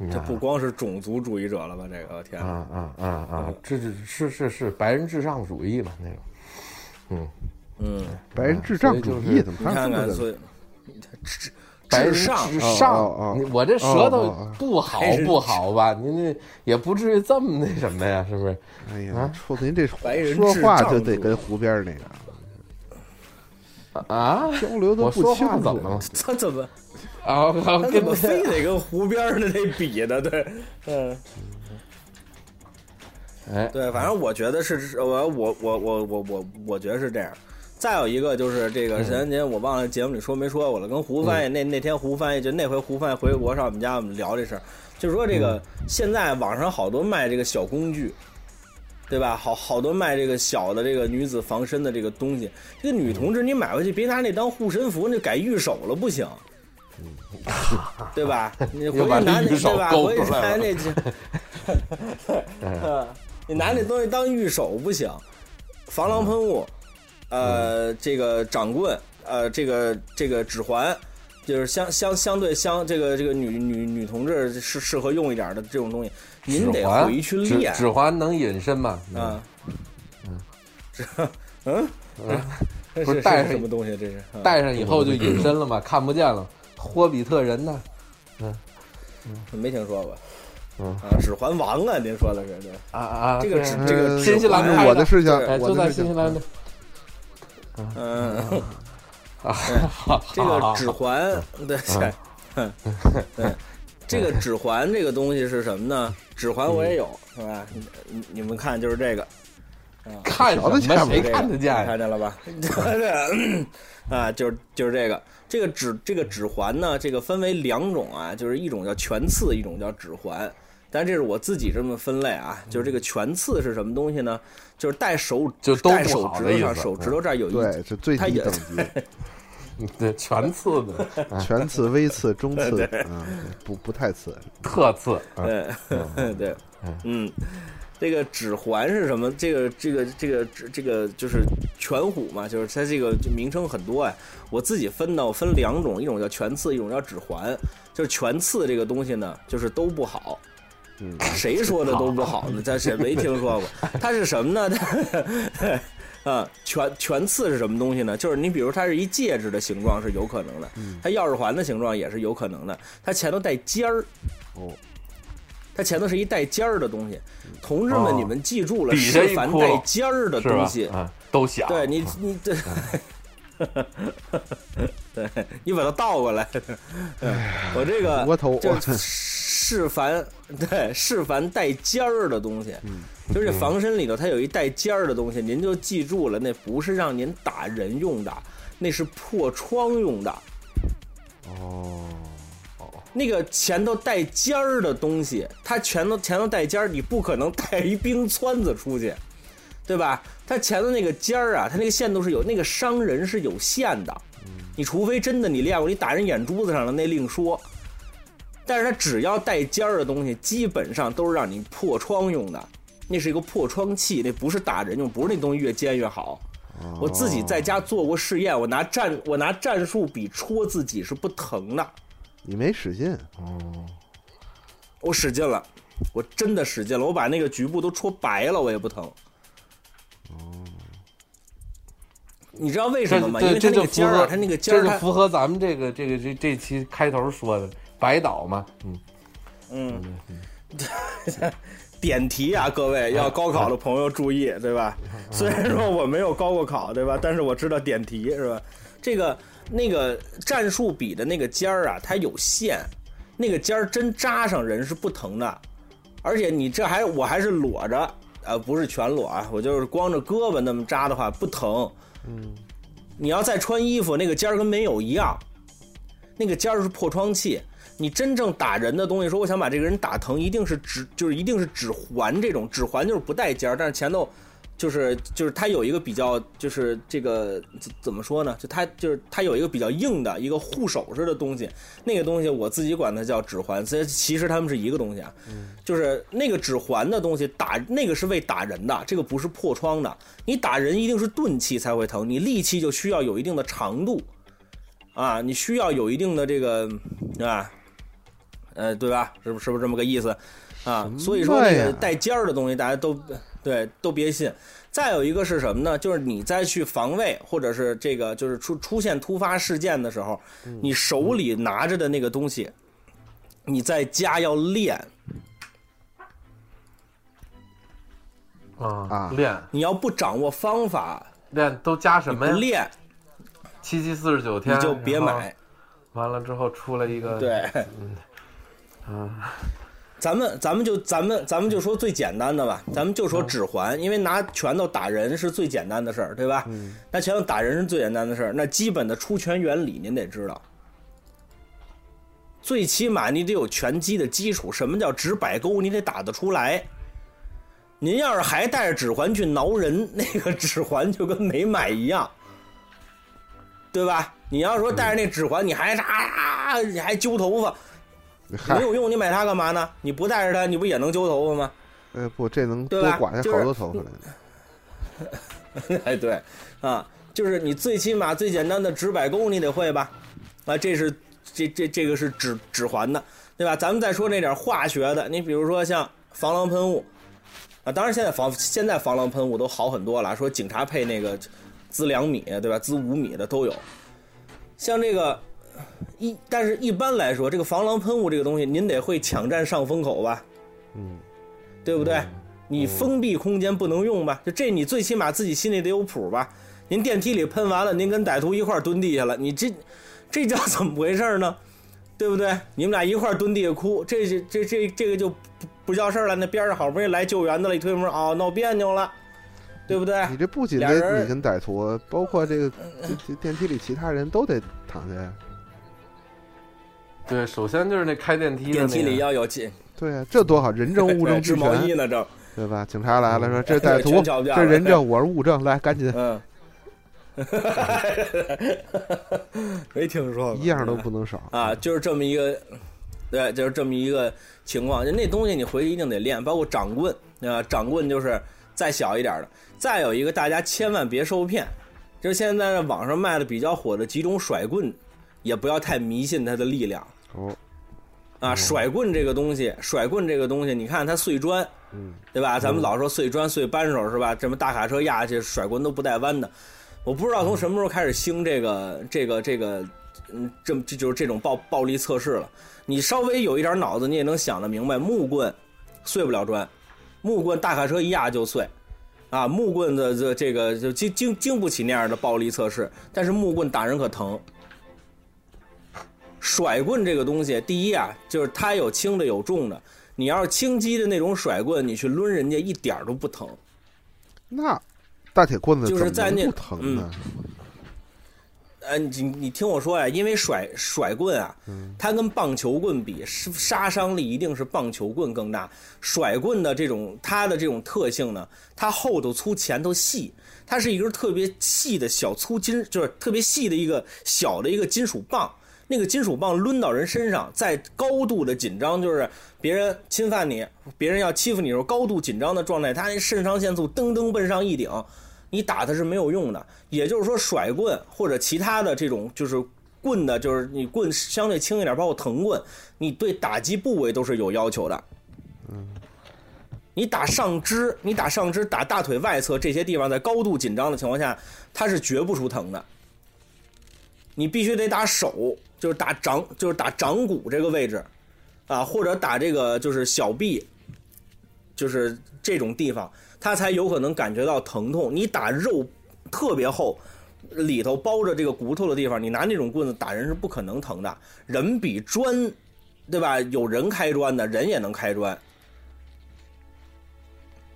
[SPEAKER 3] 你
[SPEAKER 1] 这
[SPEAKER 3] 看啊
[SPEAKER 1] 不光是种族主义者了吧？这个天
[SPEAKER 3] 啊
[SPEAKER 1] 哪，
[SPEAKER 3] 啊啊啊！这是是是是白人至上主义嘛那种。
[SPEAKER 1] 嗯，
[SPEAKER 2] 白人智障主义怎么
[SPEAKER 1] 你
[SPEAKER 2] 还有
[SPEAKER 1] 看
[SPEAKER 2] 这么
[SPEAKER 1] 看，
[SPEAKER 2] 个？
[SPEAKER 1] 所以智
[SPEAKER 3] 白
[SPEAKER 1] 智
[SPEAKER 3] 人
[SPEAKER 1] 上
[SPEAKER 3] 至
[SPEAKER 2] 哦
[SPEAKER 3] 上
[SPEAKER 2] 哦哦，
[SPEAKER 3] 你我这舌头
[SPEAKER 2] 哦哦哦
[SPEAKER 3] 不好
[SPEAKER 1] 白人
[SPEAKER 3] 不好吧？您这也不至于这么那什么呀，是不是？
[SPEAKER 2] 哎呀
[SPEAKER 3] 啊，
[SPEAKER 2] 瞅您这
[SPEAKER 1] 白人
[SPEAKER 2] 说
[SPEAKER 1] 智
[SPEAKER 2] 话
[SPEAKER 1] 障
[SPEAKER 2] 就得
[SPEAKER 1] 主义
[SPEAKER 2] 跟湖边儿那个
[SPEAKER 3] 啊？
[SPEAKER 2] 交流都
[SPEAKER 3] 我
[SPEAKER 2] 不
[SPEAKER 3] 说
[SPEAKER 2] 清
[SPEAKER 3] 话
[SPEAKER 2] 楚。
[SPEAKER 3] 怎么了？
[SPEAKER 1] 他怎么
[SPEAKER 3] 啊，我
[SPEAKER 1] 他
[SPEAKER 3] 我
[SPEAKER 1] 怎
[SPEAKER 3] 跟
[SPEAKER 1] 么
[SPEAKER 3] 你
[SPEAKER 1] 非得跟湖边儿的那比呢？对，嗯。
[SPEAKER 3] 哎，
[SPEAKER 1] 对，反正我觉得是是我我我我我我我觉得是这样。再有一个就是这
[SPEAKER 3] 嗯
[SPEAKER 1] 个前两天我忘了节目里说没说过了，跟胡翻译那那天胡翻译就那回胡翻译回国上我们家我们聊这事儿，就是说这
[SPEAKER 3] 嗯
[SPEAKER 1] 个现在网上好多卖这个小工具，对吧？好好多卖这个小的这个女子防身的这个东西，这个
[SPEAKER 3] 嗯
[SPEAKER 1] 女同志你买回去别拿那当护身符，那改御手了不行。对吧？你回
[SPEAKER 3] 嗯 又
[SPEAKER 1] 去
[SPEAKER 3] 把
[SPEAKER 1] 拿
[SPEAKER 3] 那
[SPEAKER 1] 那
[SPEAKER 3] 御手
[SPEAKER 1] 对吧？
[SPEAKER 3] 勾
[SPEAKER 1] 回去
[SPEAKER 3] 出来
[SPEAKER 1] 拿
[SPEAKER 3] 了
[SPEAKER 1] 那去，嗯 你拿那东西当御手不行，防狼喷雾，呃，
[SPEAKER 3] 嗯
[SPEAKER 1] 这个掌棍，呃，这个这个指环，就是相相相对相这个这个女女女同志适适合用一点的这种东西，您
[SPEAKER 3] 指
[SPEAKER 1] 得
[SPEAKER 3] 环
[SPEAKER 1] 回去
[SPEAKER 3] 指
[SPEAKER 1] 练
[SPEAKER 3] 指环能隐身吗？
[SPEAKER 1] 啊。这 嗯， 这
[SPEAKER 3] 不是
[SPEAKER 1] 这
[SPEAKER 3] 戴上
[SPEAKER 1] 什么东西？这是啊
[SPEAKER 3] 嗯，戴上以后就隐身了嘛，看不见了。霍比特人呢？
[SPEAKER 1] 嗯没听说过。
[SPEAKER 3] 嗯
[SPEAKER 1] 啊，指环王啊，您说的是对。
[SPEAKER 3] 啊啊，
[SPEAKER 1] 这个
[SPEAKER 3] 对
[SPEAKER 1] 指啊
[SPEAKER 3] 啊
[SPEAKER 1] 这个
[SPEAKER 2] 呃
[SPEAKER 1] 新西兰
[SPEAKER 2] 是
[SPEAKER 1] 拍
[SPEAKER 2] 我
[SPEAKER 3] 的
[SPEAKER 2] 的事情，
[SPEAKER 1] 对
[SPEAKER 3] 哎，就
[SPEAKER 2] 我
[SPEAKER 3] 在
[SPEAKER 2] 的
[SPEAKER 3] 新
[SPEAKER 2] 事
[SPEAKER 3] 西
[SPEAKER 2] 情。
[SPEAKER 3] 兰的
[SPEAKER 1] 嗯，
[SPEAKER 3] 啊，嗯
[SPEAKER 1] 这个指环， 对对， 哼对，这个指环这个东西是什么呢？指环我也有，
[SPEAKER 3] 嗯
[SPEAKER 1] 是吧？你你你们看就是这个，
[SPEAKER 3] 看什
[SPEAKER 2] 瞧得
[SPEAKER 3] 么？
[SPEAKER 2] 见吗
[SPEAKER 3] 谁
[SPEAKER 1] 这个
[SPEAKER 3] 哎看得见
[SPEAKER 1] 你
[SPEAKER 3] 呀？
[SPEAKER 1] 看见了吧？ 对，啊，就是就是这个，这个指这个指环呢，这个分为两种啊，就是一种叫全刺，一种叫指环。但这是我自己这么分类啊，就是这个全刺是什么东西呢？就是戴手
[SPEAKER 3] 嗯就都不
[SPEAKER 1] 戴手
[SPEAKER 3] 好
[SPEAKER 1] 指
[SPEAKER 3] 的
[SPEAKER 1] 头
[SPEAKER 3] 意
[SPEAKER 1] 上，
[SPEAKER 3] 思嗯
[SPEAKER 1] 手指头这儿有一
[SPEAKER 2] 对，这最
[SPEAKER 1] 他
[SPEAKER 2] 低
[SPEAKER 1] 也
[SPEAKER 2] 等级，
[SPEAKER 3] 对，全刺的，
[SPEAKER 2] 全次、微 次、中次，啊，不不太次。
[SPEAKER 3] 特刺。啊
[SPEAKER 1] 对，对，嗯，这个指环是什么？这个这个这个这这个就是全虎嘛，就是它这个就名称很多哎。我自己分呢，我分两种，一种叫全刺，一种叫指环。就是全刺这个东西呢，就是都不好。
[SPEAKER 2] 嗯，
[SPEAKER 1] 谁说的都不好呢？咱谁没听说过？它是什么呢？ 它啊，全全刺是什么东西呢？就是你比如它是一戒指的形状是有可能的，它钥匙环的形状也是有可能的，它前头带尖儿，
[SPEAKER 2] 哦，
[SPEAKER 1] 它前头是一带尖儿的东西。同志
[SPEAKER 3] 哦
[SPEAKER 1] 们，你们记住了，
[SPEAKER 3] 底下
[SPEAKER 1] 是
[SPEAKER 3] 一
[SPEAKER 1] 凡
[SPEAKER 3] 窟
[SPEAKER 1] 带
[SPEAKER 3] 窿
[SPEAKER 1] 尖儿的
[SPEAKER 3] 是
[SPEAKER 1] 东
[SPEAKER 3] 吧？
[SPEAKER 1] 西。
[SPEAKER 3] 啊，都想
[SPEAKER 1] 对你，你 对， 对你把它倒过来。
[SPEAKER 3] 哎
[SPEAKER 1] 我这个
[SPEAKER 2] 窝头
[SPEAKER 1] 就是是凡对是凡带尖儿的东西，
[SPEAKER 2] 嗯
[SPEAKER 1] 就是这防身里头它有一带尖儿的东西，您就记住了，那不是让您打人用的，那是破窗用的。
[SPEAKER 2] 哦，
[SPEAKER 1] 那个前头带尖儿的东西，它全都前头带尖儿，你不可能 带一冰川子出去，对吧？它前头那个尖儿啊，它那个限度是有，那个伤人是有限的。
[SPEAKER 2] 嗯
[SPEAKER 1] 你除非真的你练过，你打人眼珠子上了那另说。但是它只要带尖儿的东西，基本上都是让你破窗用的，那是一个破窗器，那不是打人用，不是那东西越尖越好。我自己在家做过试验，我拿战我拿战术笔戳自己是不疼的，
[SPEAKER 2] 你没使劲，啊
[SPEAKER 1] 我使劲了，我真的使劲了，我把那个局部都戳白了，我也不疼。哦，你知道为什么吗？因为它
[SPEAKER 5] 这
[SPEAKER 1] 那
[SPEAKER 5] 就
[SPEAKER 1] 个尖
[SPEAKER 5] 符
[SPEAKER 1] 儿啊
[SPEAKER 5] 合，，
[SPEAKER 1] 它那个尖
[SPEAKER 5] 这
[SPEAKER 1] 儿，
[SPEAKER 5] 是
[SPEAKER 1] 它
[SPEAKER 5] 符合咱们这个这个这这期开头说的白岛嘛，嗯，
[SPEAKER 1] 嗯，点题啊，各位要高考的朋友注意，对吧？虽然说我没有高过考，对吧？但是我知道点题是吧？这个那个战术笔的那个尖儿啊，它有线，那个尖儿真扎上人是不疼的，而且你这还我还是裸着，呃，不是全裸啊，我就是光着胳膊那么扎的话不疼。嗯，你要再穿衣服，那个尖儿跟没有一样。那个尖儿是破窗器。你真正打人的东西，说我想把这个人打疼，一定是指就是一定是指环这种，指环就是不带尖儿，但是前头就是就是它有一个比较就是这个怎怎么说呢？就它就是它有一个比较硬的一个护手似的东西，那个东西我自己管它叫指环，其实其实它们是一个东西啊，就是那个指环的东西打那个是为打人的，这个不是破窗的。你打人一定是钝器才会疼，你利器就需要有一定的长度。啊，你需要有一定的这个啊，呃，对吧？是不是不是这么个意思啊？所以说那
[SPEAKER 2] 呀
[SPEAKER 1] 个带尖儿的东西，大家都对都别信。再有一个是什么呢？就是你在去防卫或者是这个就是出出现突发事件的时候，你手里拿着的那个东西，你在家要练，
[SPEAKER 5] 啊
[SPEAKER 2] 啊
[SPEAKER 5] 练
[SPEAKER 1] 你要不掌握方法，
[SPEAKER 5] 练都加什
[SPEAKER 1] 不
[SPEAKER 5] 么呀？
[SPEAKER 1] 练
[SPEAKER 5] 七七四十九
[SPEAKER 1] 你
[SPEAKER 5] 天
[SPEAKER 1] 就别。
[SPEAKER 5] 然后嗯
[SPEAKER 1] 买。
[SPEAKER 5] 完了之后出来一个，
[SPEAKER 1] 对，
[SPEAKER 5] 嗯
[SPEAKER 1] 咱们咱们就咱们咱们就说最简单的吧，咱
[SPEAKER 5] 嗯
[SPEAKER 1] 们就说指环，因为拿拳头打人是最简单的事儿，对吧？
[SPEAKER 5] 嗯
[SPEAKER 1] 拿拳头打人是最简单的事儿，那基本的出拳原理您得知道。最起码你得有拳击的基础，什么叫直摆钩？你得打得出来。您要是还带着指环去挠人，那个指环就跟没买一样。对吧？你要说带着那指环，你还是啊，你还揪头发，
[SPEAKER 2] 嗨
[SPEAKER 1] 没，有用，你买它干嘛呢？你不带着它，你不也能揪头发吗？
[SPEAKER 2] 呃不，这能
[SPEAKER 1] 对
[SPEAKER 2] 多
[SPEAKER 1] 吧
[SPEAKER 2] 刮下
[SPEAKER 1] 就
[SPEAKER 2] 好
[SPEAKER 1] 是
[SPEAKER 2] 多头发来。
[SPEAKER 1] 哎，对，啊，就是你最起码最简单的直摆钩你得会吧？啊，这是这这这个是指指环的，对吧？咱们再说那点化学的，你比如说像防狼喷雾，啊，当然现在防现在防狼喷雾都好很多了，说警察配那个滋两米，对吧？滋五米的都有，像这个。一，但是一般来说，这个防狼喷雾这个东西，您得会抢占上风口吧？嗯，对不对？你封闭空间不能用吧？就这，你最起码自己心里得有谱吧？您电梯里喷完了，您跟歹徒一块儿蹲地下了，你这这叫怎么回事呢？对不对？你们俩一块儿蹲地下哭，这这这这这个就不不叫事儿了。那边上好不容易来救援的了，一推门，哦，闹别扭了，对不对？
[SPEAKER 2] 你这不仅
[SPEAKER 1] 俩
[SPEAKER 2] 得
[SPEAKER 1] 人嗯
[SPEAKER 2] 你跟歹徒，包括这个这这电梯里其他人都得躺下呀。
[SPEAKER 5] 对，首先就是那开电梯的
[SPEAKER 1] 电
[SPEAKER 5] 那
[SPEAKER 1] 梯
[SPEAKER 5] 个
[SPEAKER 1] 里要有警，
[SPEAKER 2] 对呀、这多好，人 证物证
[SPEAKER 1] 织
[SPEAKER 2] 俱
[SPEAKER 1] 哎毛衣
[SPEAKER 2] 全，
[SPEAKER 1] 呢，正
[SPEAKER 2] 对吧？警察来了，说这是歹
[SPEAKER 1] 全
[SPEAKER 2] 徒，
[SPEAKER 1] 敲架
[SPEAKER 2] 这是
[SPEAKER 1] 了
[SPEAKER 2] 人证，我是物证，来 赶紧，
[SPEAKER 1] 嗯，没听说过，
[SPEAKER 2] 一样都不能少。
[SPEAKER 1] 啊，就是这么一个，对，就是这么一个情况。那东西你回去一定得练，包括掌棍啊，掌棍就是再小一点的。再有一个，大家千万别受骗，就是现在网上卖的比较火的几种甩棍，也不要太迷信它的力量
[SPEAKER 2] 哦，
[SPEAKER 1] 啊。甩棍这个东西，甩棍这个东西，你看它碎砖，
[SPEAKER 2] 嗯，
[SPEAKER 1] 对吧？咱们老说碎砖、碎扳手是吧？什么大卡车压下去甩棍都不带弯的。我不知道从
[SPEAKER 2] 嗯
[SPEAKER 1] 什么时候开始兴这个、这个、这个，嗯，这这就是这种暴暴力测试了。你稍微有一点脑子，你也能想得明白，木棍碎不了砖，木棍大卡车一压就碎。啊，木棍的这这个就经经经不起那样的暴力测试，但是木棍打人可疼。甩棍这个东西，第一啊，就是它有轻的有重的，你要是轻击的那种甩棍，你去抡人家一点儿都不疼。
[SPEAKER 2] 那大铁棍子
[SPEAKER 1] 就是
[SPEAKER 2] 怎么
[SPEAKER 1] 在
[SPEAKER 2] 能
[SPEAKER 1] 那
[SPEAKER 2] 不疼呢？
[SPEAKER 1] 呃，你你听我说呀，因为甩甩棍啊，它跟棒球棍比，是杀伤力一定是棒球棍更大。甩棍的这种它的这种特性呢，它后头粗前头细，它是一根特别细的小粗金，就是特别细的一个小的一个金属棒。那个金属棒抡到人身上，在高度的紧张，就是别人侵犯你，别人要欺负你的时候，高度紧张的状态，他那肾上腺素噔噔奔上一顶，你打他是没有用的。也就是说，甩棍或者其他的这种就是棍的，就是你棍相对轻一点，包括藤棍，你对打击部位都是有要求的。你打上肢，你打上肢，打大腿外侧这些地方，在高度紧张的情况下，它是绝不出疼的。你必须得打手，就是打掌，就是打掌骨这个位置，啊，或者打这个就是小臂，就是这种地方，他才有可能感觉到疼痛。你打肉特别厚，里头包着这个骨头的地方，你拿那种棍子打人是不可能疼的。人比砖，对吧？有人开砖的，人也能开砖。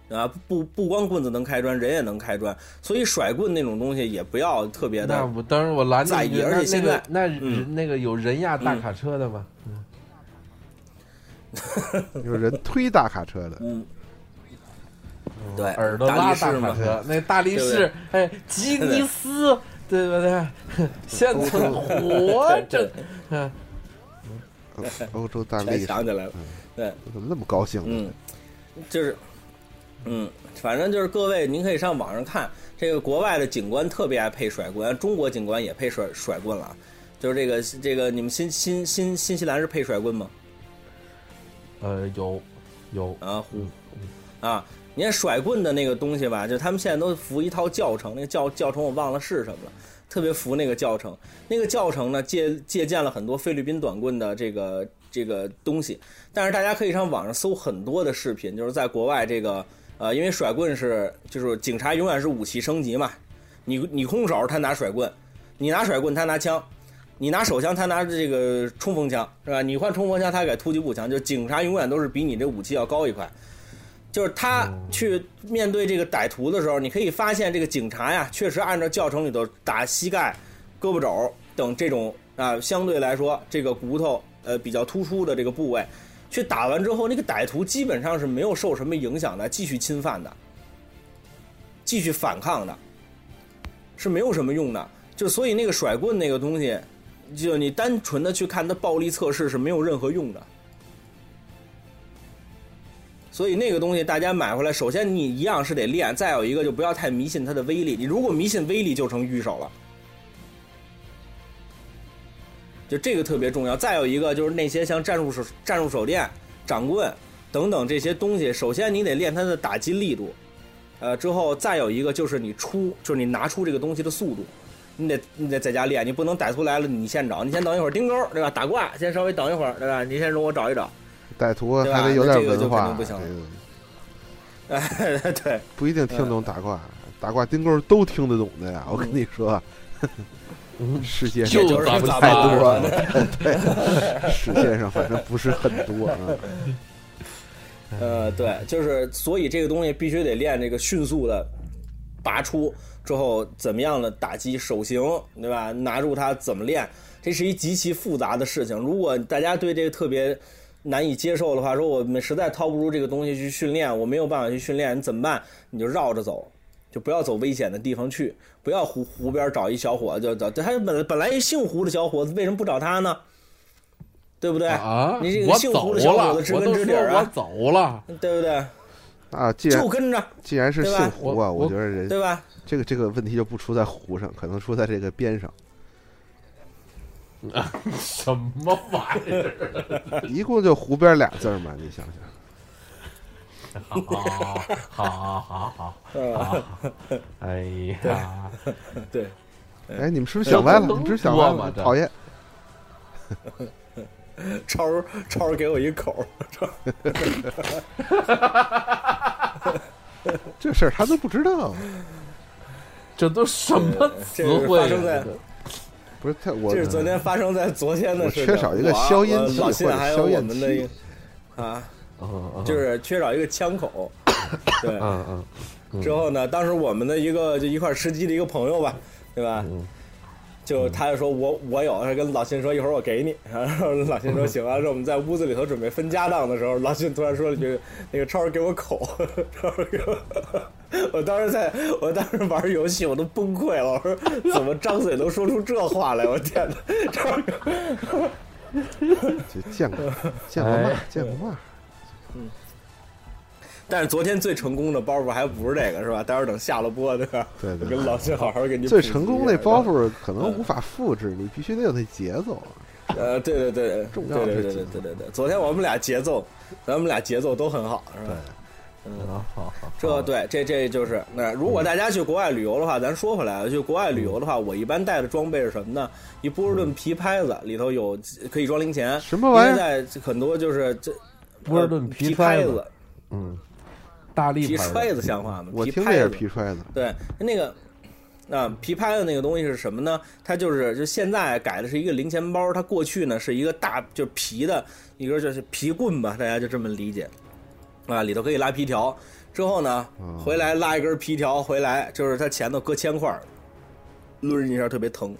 [SPEAKER 1] 啊，不不光棍子能开砖，人也能开砖，所以甩棍那种东西也不要特别的
[SPEAKER 5] 那我当时我拦着
[SPEAKER 1] 在
[SPEAKER 5] 你
[SPEAKER 1] 意，而
[SPEAKER 5] 那
[SPEAKER 1] 且现
[SPEAKER 5] 那个
[SPEAKER 1] 在
[SPEAKER 5] 那
[SPEAKER 1] 嗯
[SPEAKER 5] 人那个有人压大卡车的吗？
[SPEAKER 2] 有人推大卡 车的，
[SPEAKER 1] 嗯，对，
[SPEAKER 5] 耳朵
[SPEAKER 1] 大
[SPEAKER 5] 拉
[SPEAKER 1] 力
[SPEAKER 5] 大卡
[SPEAKER 1] 士嘛，
[SPEAKER 5] 车，那大力士，哎，吉尼斯，对不对？现在活着，嗯，
[SPEAKER 2] 欧欧洲大
[SPEAKER 1] 全
[SPEAKER 2] 力士
[SPEAKER 1] 想起来了，对，
[SPEAKER 2] 怎么那么高兴呢？
[SPEAKER 1] 嗯，就是，嗯，反正就是各位，您可以上网上看，这个国外的警官特别爱配甩棍，中国警官也配甩甩棍了啊，就是这个这个，你们新新新新西兰是配甩棍吗？
[SPEAKER 5] 呃，有有，
[SPEAKER 1] 啊，啊，你看甩棍的那个东西吧，就他们现在都服一套教程，那个教教程我忘了是什么了，特别服那个教程。那个教程呢，借借鉴了很多菲律宾短棍的这个这个东西，但是大家可以上网上搜很多的视频，就是在国外这个呃，因为甩棍是就是警察永远是武器升级嘛，你你空手他拿甩棍，你拿甩棍他拿枪。你拿手枪，他拿这个冲锋枪，是吧？你换冲锋枪，他改突击步枪，就警察永远都是比你这武器要高一块。就是他去面对这个歹徒的时候，你可以发现这个警察呀，确实按照教程里头打膝盖、胳膊肘等这种啊，相对来说这个骨头呃比较突出的这个部位，去打完之后，那个歹徒基本上是没有受什么影响的，继续侵犯的，继续反抗的，是没有什么用的。就所以那个甩棍那个东西，就你单纯的去看它暴力测试是没有任何用的。所以那个东西大家买回来，首先你一样是得练，再有一个就不要太迷信它的威力。你如果迷信威力，就成御手了。就这个特别重要。再有一个就是那些像战术手、战术手电、掌棍等等这些东西，首先你得练它的打击力度，呃，之后再有一个就是你出，就是你拿出这个东西的速度，你得你得在家练，你不能歹徒来了你先找，你先等一会儿钉钩对吧？打挂先稍微等一会儿对吧？你先容我找一 找，
[SPEAKER 2] 歹徒
[SPEAKER 1] 对吧
[SPEAKER 2] 还得有点
[SPEAKER 1] 那这个就
[SPEAKER 2] 文化啊
[SPEAKER 1] 肯定，不行了
[SPEAKER 2] 这个
[SPEAKER 1] 哎，对。
[SPEAKER 2] 不一定听懂打卦，打卦钉钩都听得懂的呀。我跟你说，世界上
[SPEAKER 1] 也嗯就是
[SPEAKER 5] 咱们
[SPEAKER 1] 咱
[SPEAKER 2] 太
[SPEAKER 1] 们
[SPEAKER 2] 多
[SPEAKER 1] 吧
[SPEAKER 2] 了， 对，世界上反正不是很多 啊。
[SPEAKER 1] 呃，对，就是所以这个东西必须得练这个迅速的拔出之后怎么样的打击手型，对吧？拿住它怎么练，这是一极其复杂的事情。如果大家对这个特别难以接受的话，说我们实在掏不出这个东西去训练，我没有办法去训练，你怎么办？你就绕着走。就不要走危险的地方去，不要湖湖边找一小伙子，就找他本来本来一姓胡的小伙子，为什么不找他呢？对不对？
[SPEAKER 5] 啊，
[SPEAKER 1] 你这个
[SPEAKER 5] 我
[SPEAKER 1] 姓
[SPEAKER 5] 走
[SPEAKER 1] 胡的小
[SPEAKER 5] 了，
[SPEAKER 1] 伙
[SPEAKER 5] 我
[SPEAKER 1] 子知
[SPEAKER 5] 都
[SPEAKER 1] 根知底儿
[SPEAKER 5] 说我
[SPEAKER 1] 啊，
[SPEAKER 5] 走了，
[SPEAKER 1] 对不对？
[SPEAKER 2] 啊，既然
[SPEAKER 1] 就跟着，
[SPEAKER 2] 既然是
[SPEAKER 1] 对吧
[SPEAKER 2] 姓胡啊，
[SPEAKER 5] 我
[SPEAKER 2] 我觉得人
[SPEAKER 1] 对吧？
[SPEAKER 2] 这个这个问题就不出在胡上，可能出在这个边上。
[SPEAKER 5] 什么玩意儿？
[SPEAKER 2] 一共就湖边俩字儿嘛，你想想，
[SPEAKER 5] 好啊 好好好 好，
[SPEAKER 1] 呃，
[SPEAKER 5] 哎呀，
[SPEAKER 1] 对，嗯
[SPEAKER 2] 哎，你们是不是想歪了？
[SPEAKER 5] 这
[SPEAKER 2] 你
[SPEAKER 5] 都
[SPEAKER 2] 们是不是想歪
[SPEAKER 5] 能说
[SPEAKER 2] 了
[SPEAKER 5] 吗？这
[SPEAKER 2] 讨厌，
[SPEAKER 1] 超儿超儿给我一口，超儿
[SPEAKER 2] 这事儿他都不知道。
[SPEAKER 5] 这都什么词
[SPEAKER 1] 这是
[SPEAKER 5] 汇
[SPEAKER 1] 发
[SPEAKER 5] 啊？
[SPEAKER 1] 生在
[SPEAKER 2] 不是他，我
[SPEAKER 1] 这是昨天发生在昨天的
[SPEAKER 2] 我
[SPEAKER 1] 事情。
[SPEAKER 2] 缺少一个
[SPEAKER 1] 我啊
[SPEAKER 2] 消音
[SPEAKER 1] 我
[SPEAKER 2] 器
[SPEAKER 1] 老
[SPEAKER 2] 或
[SPEAKER 1] 信
[SPEAKER 2] 者
[SPEAKER 1] 还有
[SPEAKER 2] 消
[SPEAKER 1] 我
[SPEAKER 2] 焰
[SPEAKER 1] 们的一
[SPEAKER 2] 器
[SPEAKER 1] 啊，
[SPEAKER 5] 嗯嗯
[SPEAKER 1] 就是缺少一个枪 口。对，
[SPEAKER 5] 嗯嗯，
[SPEAKER 2] 嗯
[SPEAKER 1] 之后呢，当时我们的一个就一块儿吃鸡的一个朋友吧，对吧？就他就说我我有，他跟老信说一会儿我给你， 然后老信说行啊。说我们在屋子里头准备分家当的时候，老信突然说了一句：“那个超儿给我口， 超儿给我。”我 当时在我当时玩游戏我都崩溃了，我说怎么张嘴能说出这话来？我 天哪，超儿给我
[SPEAKER 2] 就见过 见过
[SPEAKER 5] 哎
[SPEAKER 2] 骂，见过骂。
[SPEAKER 1] 但是昨天最成功的包袱还不是这个是吧？待会儿等下了播对吧？
[SPEAKER 2] 对对
[SPEAKER 1] 我跟老信好好给你
[SPEAKER 2] 最
[SPEAKER 1] 普及
[SPEAKER 2] 成功
[SPEAKER 1] 一
[SPEAKER 2] 那
[SPEAKER 1] 下
[SPEAKER 2] 包袱可
[SPEAKER 1] 嗯
[SPEAKER 2] 能无法复制，你必须得有那节奏。
[SPEAKER 1] 呃，对对对，对
[SPEAKER 2] 重要
[SPEAKER 1] 对对
[SPEAKER 2] 是
[SPEAKER 1] 对
[SPEAKER 2] 节
[SPEAKER 1] 对
[SPEAKER 2] 奏
[SPEAKER 1] 对对对，昨天我们俩节奏，咱们俩节奏都很好，是吧？
[SPEAKER 5] 啊，好好，
[SPEAKER 1] 这对，这这就是那。如果大家去国外旅游的话，咱说回来啊，去国外旅游的话，
[SPEAKER 2] 嗯
[SPEAKER 1] 我一般带的装备是什么呢？一波士顿皮拍子，里头有可以装零钱。
[SPEAKER 2] 嗯什么玩意儿
[SPEAKER 1] 因为在很多就是这
[SPEAKER 5] 波士顿
[SPEAKER 1] 呃
[SPEAKER 5] 皮
[SPEAKER 1] 皮拍
[SPEAKER 5] 揣子
[SPEAKER 1] 子，
[SPEAKER 5] 嗯，
[SPEAKER 3] 大力
[SPEAKER 1] 皮
[SPEAKER 3] 牌
[SPEAKER 1] 揣
[SPEAKER 3] 的
[SPEAKER 1] 子像话吗？
[SPEAKER 2] 我
[SPEAKER 1] 嗯皮
[SPEAKER 2] 听着
[SPEAKER 1] 拍
[SPEAKER 2] 也是
[SPEAKER 1] 子
[SPEAKER 2] 皮揣的，
[SPEAKER 1] 对，那个啊、皮拍的那个东西是什么呢？它就是就现在改的是一个零钱包，它过去呢是一个大就是皮的一个就是皮棍吧，大家就这么理解啊，里头可以拉皮条。之后呢，嗯
[SPEAKER 2] 嗯
[SPEAKER 1] 回来拉一根皮条回来，就是它前头搁铅块儿，抡一下特别疼，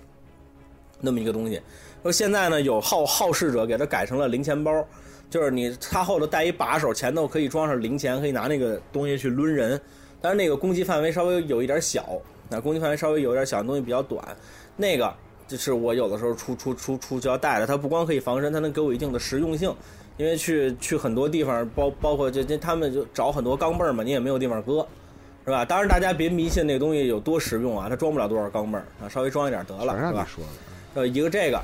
[SPEAKER 1] 那么一个东西。说现在呢，有好好事者给它改成了零钱包，就是你它后头带一把手，前头可以装上零钱，可以拿那个东西去抡人。但是那个攻击范围稍微有一点小，那攻击范围稍微有一点小，东西比较短，那个就是我有的时候出出出出就要带着它，不光可以防身，它能给我一定的实用性。因为去去很多地方，包包括这这他们就找很多钢镚儿嘛，你也没有地方搁，是吧？当然大家别迷信那个东西有多实用啊，它装不了多少钢镚儿啊，稍微装一点得了，
[SPEAKER 2] 全让
[SPEAKER 1] 是
[SPEAKER 2] 你
[SPEAKER 1] 吧？
[SPEAKER 2] 说了。
[SPEAKER 1] 呃，一个这个，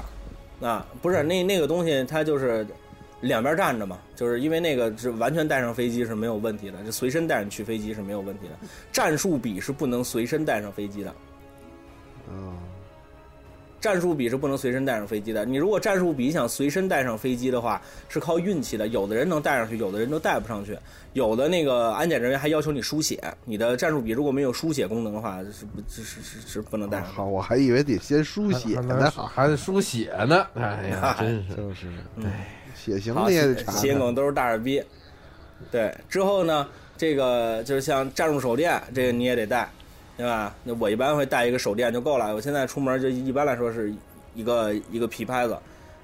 [SPEAKER 1] 啊，不是那那个东西，它就是两边站着嘛，就是因为那个是完全带上飞机是没有问题的，就随身带上去飞机是没有问题的。战术笔是不能随身带上飞机的，
[SPEAKER 2] 嗯，
[SPEAKER 1] 战术笔是不能随身带上飞机的。你如果战术笔想随身带上飞机的话，是靠运气的，有的人能带上去，有的人都带不上去。有的那个安检人员还要求你书写，你的战术笔如果没有书写功能的话，是不是是是是不能带上去
[SPEAKER 2] 哦好，。我还以为得先书
[SPEAKER 5] 还
[SPEAKER 2] 写
[SPEAKER 5] 还
[SPEAKER 2] 呢啊
[SPEAKER 5] 能，还得书写呢， 哎呀，真是
[SPEAKER 2] 就是
[SPEAKER 1] 嗯
[SPEAKER 2] 血型
[SPEAKER 1] 好，
[SPEAKER 2] 你也得查查。
[SPEAKER 1] 谐梗都是大耳逼。对，之后呢，这个就是像战术手电，这个你也得带，对吧？那我一般会带一个手电就够了。我现在出门就一般来说是一个一个皮拍子，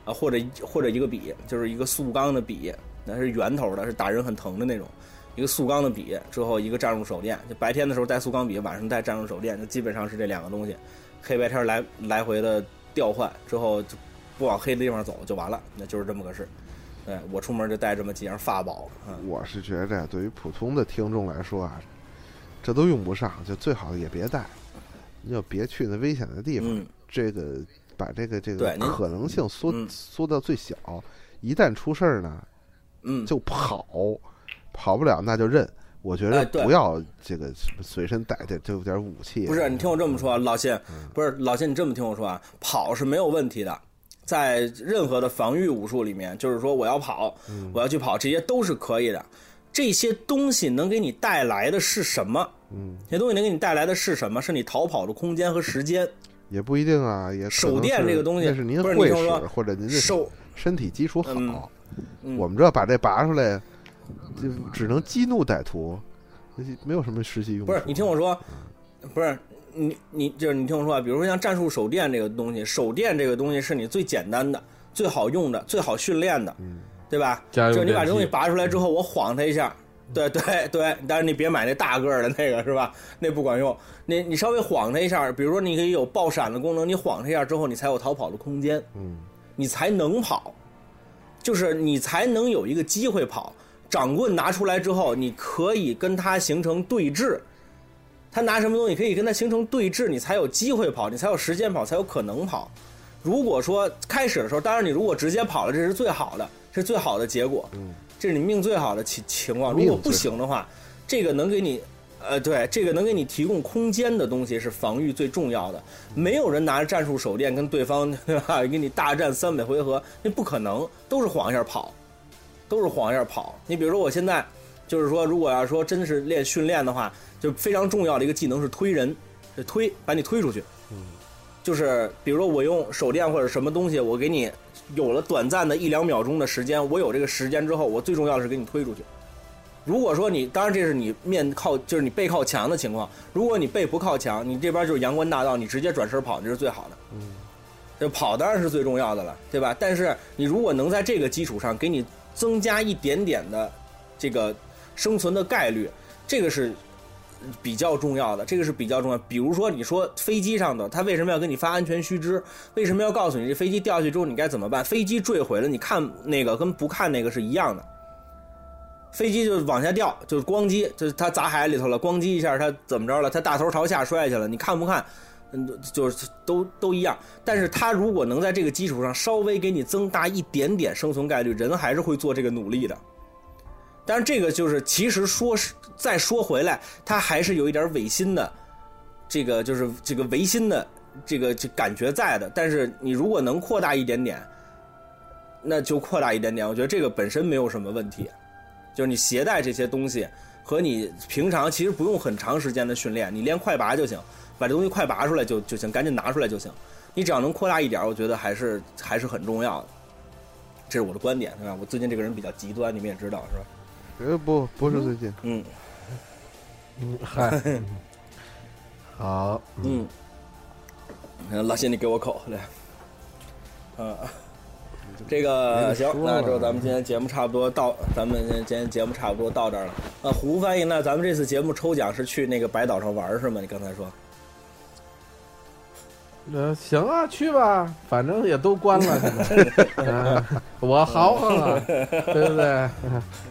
[SPEAKER 1] 啊，或者或者一个笔，就是一个塑钢的笔，那是圆头的，是打人很疼的那种。一个塑钢的笔，之后一个战术手电，就白天的时候带塑钢笔，晚上带战术手电，就基本上是这两个东西，黑白天来来回的调换，之后就不往黑的地方走就完了，那就是这么个事。对我出门就带这么几样法宝，嗯，
[SPEAKER 2] 我是觉着，对于普通的听众来说啊，这都用不上，就最好也别带，你就别去那危险的地方。
[SPEAKER 1] 嗯
[SPEAKER 2] 这个把这个这个
[SPEAKER 1] 对您
[SPEAKER 2] 可能性缩、
[SPEAKER 1] 嗯
[SPEAKER 2] 缩到最小，一旦出事儿呢，
[SPEAKER 1] 嗯，
[SPEAKER 2] 就跑，跑不了那就认。我觉得
[SPEAKER 1] 哎对
[SPEAKER 2] 不要这个什么随身带这这有点武器。
[SPEAKER 1] 不是你听我这么说啊，老信，不是老信，你这么听我说啊，跑是没有问题的，在任何的防御武术里面，就是说我要跑，我要去跑，这些都是可以的。这些东西能给你带来的是什么？
[SPEAKER 2] 嗯，
[SPEAKER 1] 这些东西能给你带来的是什么？是你逃跑的空间和时间。
[SPEAKER 2] 也不一定啊，也可能是
[SPEAKER 1] 手电这个东西
[SPEAKER 2] 那是您
[SPEAKER 1] 不是
[SPEAKER 2] 会
[SPEAKER 1] 你听我
[SPEAKER 2] 使
[SPEAKER 1] 说
[SPEAKER 2] 或者您的
[SPEAKER 1] 手
[SPEAKER 2] 身体基础好。
[SPEAKER 1] 嗯嗯
[SPEAKER 2] 我们这把这拔出来，就只能激怒歹徒，没有什么实际用
[SPEAKER 1] 不
[SPEAKER 2] 处。
[SPEAKER 1] 是，你听我说，不是你你就是你听我说啊，比如说像战术手电这个东西，手电这个东西是你最简单的、最好用的、最好训练的，对吧？
[SPEAKER 5] 家用
[SPEAKER 1] 就是你把
[SPEAKER 5] 电
[SPEAKER 1] 这东西
[SPEAKER 5] 器
[SPEAKER 1] 拔出来之后，我晃它一下。对对对，但是你别买那大个儿的那个是吧？那不管用。你你稍微晃它一下，比如说你可以有爆闪的功能，你晃它一下之后，你才有逃跑的空间。
[SPEAKER 2] 嗯，
[SPEAKER 1] 你才能跑，就是你才能有一个机会跑。掌棍拿出来之后，你可以跟他形成对峙，他拿什么东西可以跟他形成对峙，你才有机会跑，你才有时间跑，才有可能跑。如果说开始的时候，当然你如果直接跑了，这是最好的，这是最好的结果，这是你命最好的情情况。如
[SPEAKER 2] 嗯命
[SPEAKER 1] 果不
[SPEAKER 2] 最好
[SPEAKER 1] 行的话，这个能给你，呃，对，这个能给你提供空间的东西是防御最重要的。没有人拿着战术手电跟对方 对吧，跟你大战三百回合，那不可能，都是晃一下跑，都是晃一下跑。你比如说我现在就是说，如果要说真是练训练的话，就非常重要的一个技能是推人，就推把你推出去。就是比如说我用手电或者什么东西，我给你有了短暂的一两秒钟的时间，我有这个时间之后，我最重要的是给你推出去。如果说你，当然这是你面靠，就是你背靠墙的情况。如果你背不靠墙，你这边就是阳关大道，你直接转身跑，那是最好的。嗯，就跑当然是最重要的了，对吧？但是你如果能在这个基础上给你增加一点点的这个生存的概率，这个是比较重要的，这个是比较重要。比如说，你说飞机上的，他为什么要给你发安全须知？为什么要告诉你这飞机掉下去之后你该怎么办？飞机坠毁了，你看那个跟不看那个是一样的。飞机就往下掉，就是咣叽，就是它砸海里头了，咣叽一下，它怎么着了？它大头朝下摔下去了，你看不看？嗯，就是都都一样。但是它如果能在这个基础上稍微给你增大一点点生存概率，人还是会做这个努力的。但是这个就是，其实说是再说回来，他还是有一点违心的，这个就是这个违心的这个这感觉在的。但是你如果能扩大一点点，那就扩大一点点。我觉得这个本身没有什么问题，就是你携带这些东西和你平常其实不用很长时间的训练，你练快拔就行，把这东西快拔出来就就行，赶紧拿出来就行。你只要能扩大一点，我觉得还是还是很重要的。这是我的观点，对吧？我最近这个人比较极端，你们也知道，是吧？
[SPEAKER 2] 呃，不，不是最近，
[SPEAKER 1] 嗯
[SPEAKER 3] 嗯，嗨， 嗯好，
[SPEAKER 1] 嗯，嗯老谢你给我口来，嗯，这个
[SPEAKER 3] 没得
[SPEAKER 1] 行
[SPEAKER 3] 说，
[SPEAKER 1] 那就
[SPEAKER 3] 了
[SPEAKER 1] 咱们今天节目差不多到，咱们今天节目差不多到这儿了。那胡翻译，那咱们这次节目抽奖是去那个白岛上玩儿是吗？你刚才说，
[SPEAKER 3] 呃，行啊，去吧，反正也都关了， 现在啊我豪横啊，对不对？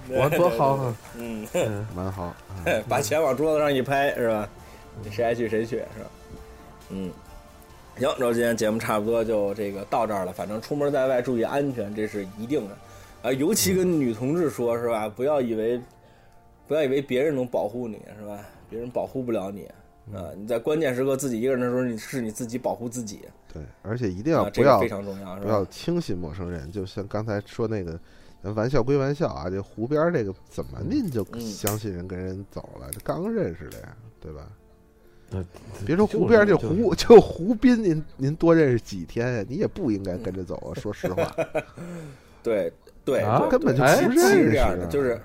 [SPEAKER 3] 我多啊豪横，
[SPEAKER 1] 嗯，
[SPEAKER 2] 蛮好。
[SPEAKER 1] 把钱往桌子上一拍是吧？谁爱去谁去是吧？嗯，行，那今天节目差不多就这个到这儿了。反正出门在外注意安全，这是一定的。啊，尤其跟女同志说是吧？不要以为不要以为别人能保护你是吧？别人保护不了你
[SPEAKER 2] 嗯
[SPEAKER 1] 啊！你在关键时刻自己一个人的时候，你是你自己保护自己
[SPEAKER 2] 对，而且一定要
[SPEAKER 1] 啊，这
[SPEAKER 2] 不
[SPEAKER 1] 个
[SPEAKER 2] 要
[SPEAKER 1] 非常重要是
[SPEAKER 2] 不
[SPEAKER 1] 吧
[SPEAKER 2] 要？轻信陌生人，就像刚才说那个，咱玩笑归玩笑啊，这湖边儿这个怎么您就
[SPEAKER 1] 嗯
[SPEAKER 2] 相信人跟人走了？这刚认识的呀，对吧？
[SPEAKER 5] 呃
[SPEAKER 2] 别说湖边儿，这
[SPEAKER 5] 就是
[SPEAKER 2] 湖就湖滨，您您多认识几天呀？你也不应该跟着走 啊！说实话，
[SPEAKER 1] 对对，
[SPEAKER 3] 啊
[SPEAKER 1] 对
[SPEAKER 2] 根本就
[SPEAKER 3] 哎
[SPEAKER 2] 不
[SPEAKER 1] 其实
[SPEAKER 2] 认
[SPEAKER 1] 是
[SPEAKER 2] 识
[SPEAKER 1] 这
[SPEAKER 2] 啊
[SPEAKER 1] 样的，就是。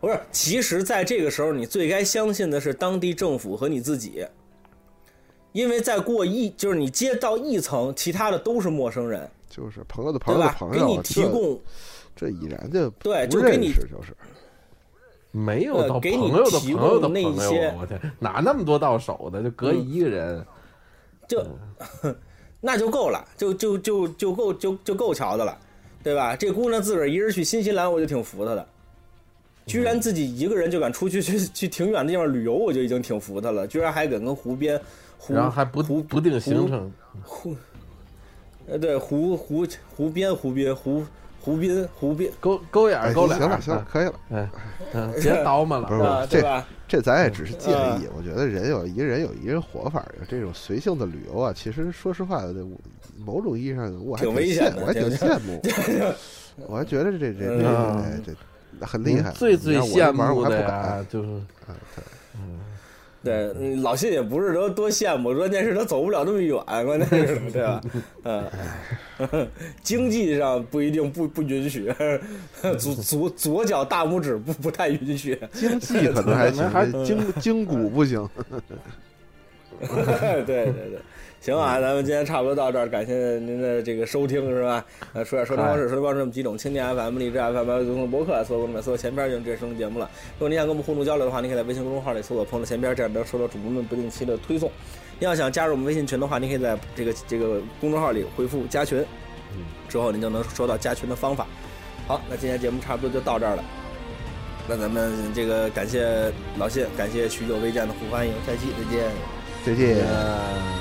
[SPEAKER 1] 不是，其实在这个时候，你最该相信的是当地政府和你自己，因为再过一，就是你接到一层，其他的都是陌生人，
[SPEAKER 2] 就是朋友的朋
[SPEAKER 1] 对
[SPEAKER 2] 友的
[SPEAKER 1] 吧？
[SPEAKER 2] 朋
[SPEAKER 1] 给
[SPEAKER 2] 友
[SPEAKER 1] 你
[SPEAKER 2] 啊，
[SPEAKER 1] 提
[SPEAKER 2] 这
[SPEAKER 1] 供，
[SPEAKER 2] 这已然就不
[SPEAKER 1] 对就给
[SPEAKER 2] 认
[SPEAKER 1] 你
[SPEAKER 2] 识，就是
[SPEAKER 5] 没有
[SPEAKER 1] 呃
[SPEAKER 5] 到
[SPEAKER 1] 给
[SPEAKER 5] 朋
[SPEAKER 1] 你
[SPEAKER 5] 友的朋
[SPEAKER 1] 提
[SPEAKER 5] 友的
[SPEAKER 1] 供那
[SPEAKER 5] 朋
[SPEAKER 1] 些嗯
[SPEAKER 5] 友，我天，哪那么多到手的？就隔一个人，
[SPEAKER 1] 就那就够了，就就就就够就就够瞧的了，对吧？这姑娘自个儿一人去新西兰，我就挺服她的，居
[SPEAKER 2] 嗯
[SPEAKER 1] 然自己一个人就敢出去去去挺远的地方旅游，我就已经挺服她了，居然还敢跟湖边湖
[SPEAKER 5] 然后还不
[SPEAKER 1] 湖
[SPEAKER 5] 不定行程，
[SPEAKER 1] 湖，呃，对，湖湖湖边湖边湖湖滨湖边，
[SPEAKER 5] 勾勾眼
[SPEAKER 2] 哎，
[SPEAKER 5] 儿勾
[SPEAKER 2] 行
[SPEAKER 5] 脸
[SPEAKER 2] 了
[SPEAKER 5] 儿，
[SPEAKER 2] 行了，可以了。
[SPEAKER 5] 嗯嗯，别 叨磨
[SPEAKER 2] 不是
[SPEAKER 5] 了。
[SPEAKER 2] 不
[SPEAKER 1] 啊，
[SPEAKER 2] 是，
[SPEAKER 1] 对
[SPEAKER 2] 这
[SPEAKER 1] 吧？
[SPEAKER 2] 这咱也只是建议。我觉得人有一个人有一个人活法儿，这种随性的旅游啊，其实说实话，我某种意义上我还
[SPEAKER 1] 挺
[SPEAKER 2] 挺
[SPEAKER 1] 危
[SPEAKER 2] 羡
[SPEAKER 1] 险的
[SPEAKER 2] 我还挺
[SPEAKER 1] 对
[SPEAKER 2] 羡慕，我还觉得这这这
[SPEAKER 5] 嗯
[SPEAKER 2] 这这很厉害。
[SPEAKER 5] 最最
[SPEAKER 2] 你
[SPEAKER 5] 羡
[SPEAKER 2] 让我这玩儿
[SPEAKER 5] 慕
[SPEAKER 2] 我还
[SPEAKER 5] 的
[SPEAKER 2] 不敢。
[SPEAKER 5] 呀，就是
[SPEAKER 1] 对，嗯老信也不是多多羡慕，关键是他走不了那么远，关键是对吧？嗯， 经济上不一定不不允许， 左左左脚大拇指不不太允许，
[SPEAKER 2] 经济可能 还
[SPEAKER 5] 可能还
[SPEAKER 2] 行，这呃筋筋骨不行。
[SPEAKER 1] 对对对，行啊，咱们今天差不多到这儿，感谢您的这个收听，是吧？呃，说点收听方式，收听方式我们几种：蜻蜓 FM、荔枝 FM、公众博客，搜索“每搜前边”就是这收听节目了。如果您想跟我们互动交流的话，您可以在微信公众号里搜索“朋友的前边”，这样能收到主播们不定期的推送。您要想加入我们微信群的话，您可以在这个这个公众号里回复“加群”，之后您就能收到加群的方法。好，那今天节目差不多就到这儿了。那咱们这个感谢老谢，感谢许久未见的胡欢迎，下期再见。
[SPEAKER 2] 再见。
[SPEAKER 5] 嗯。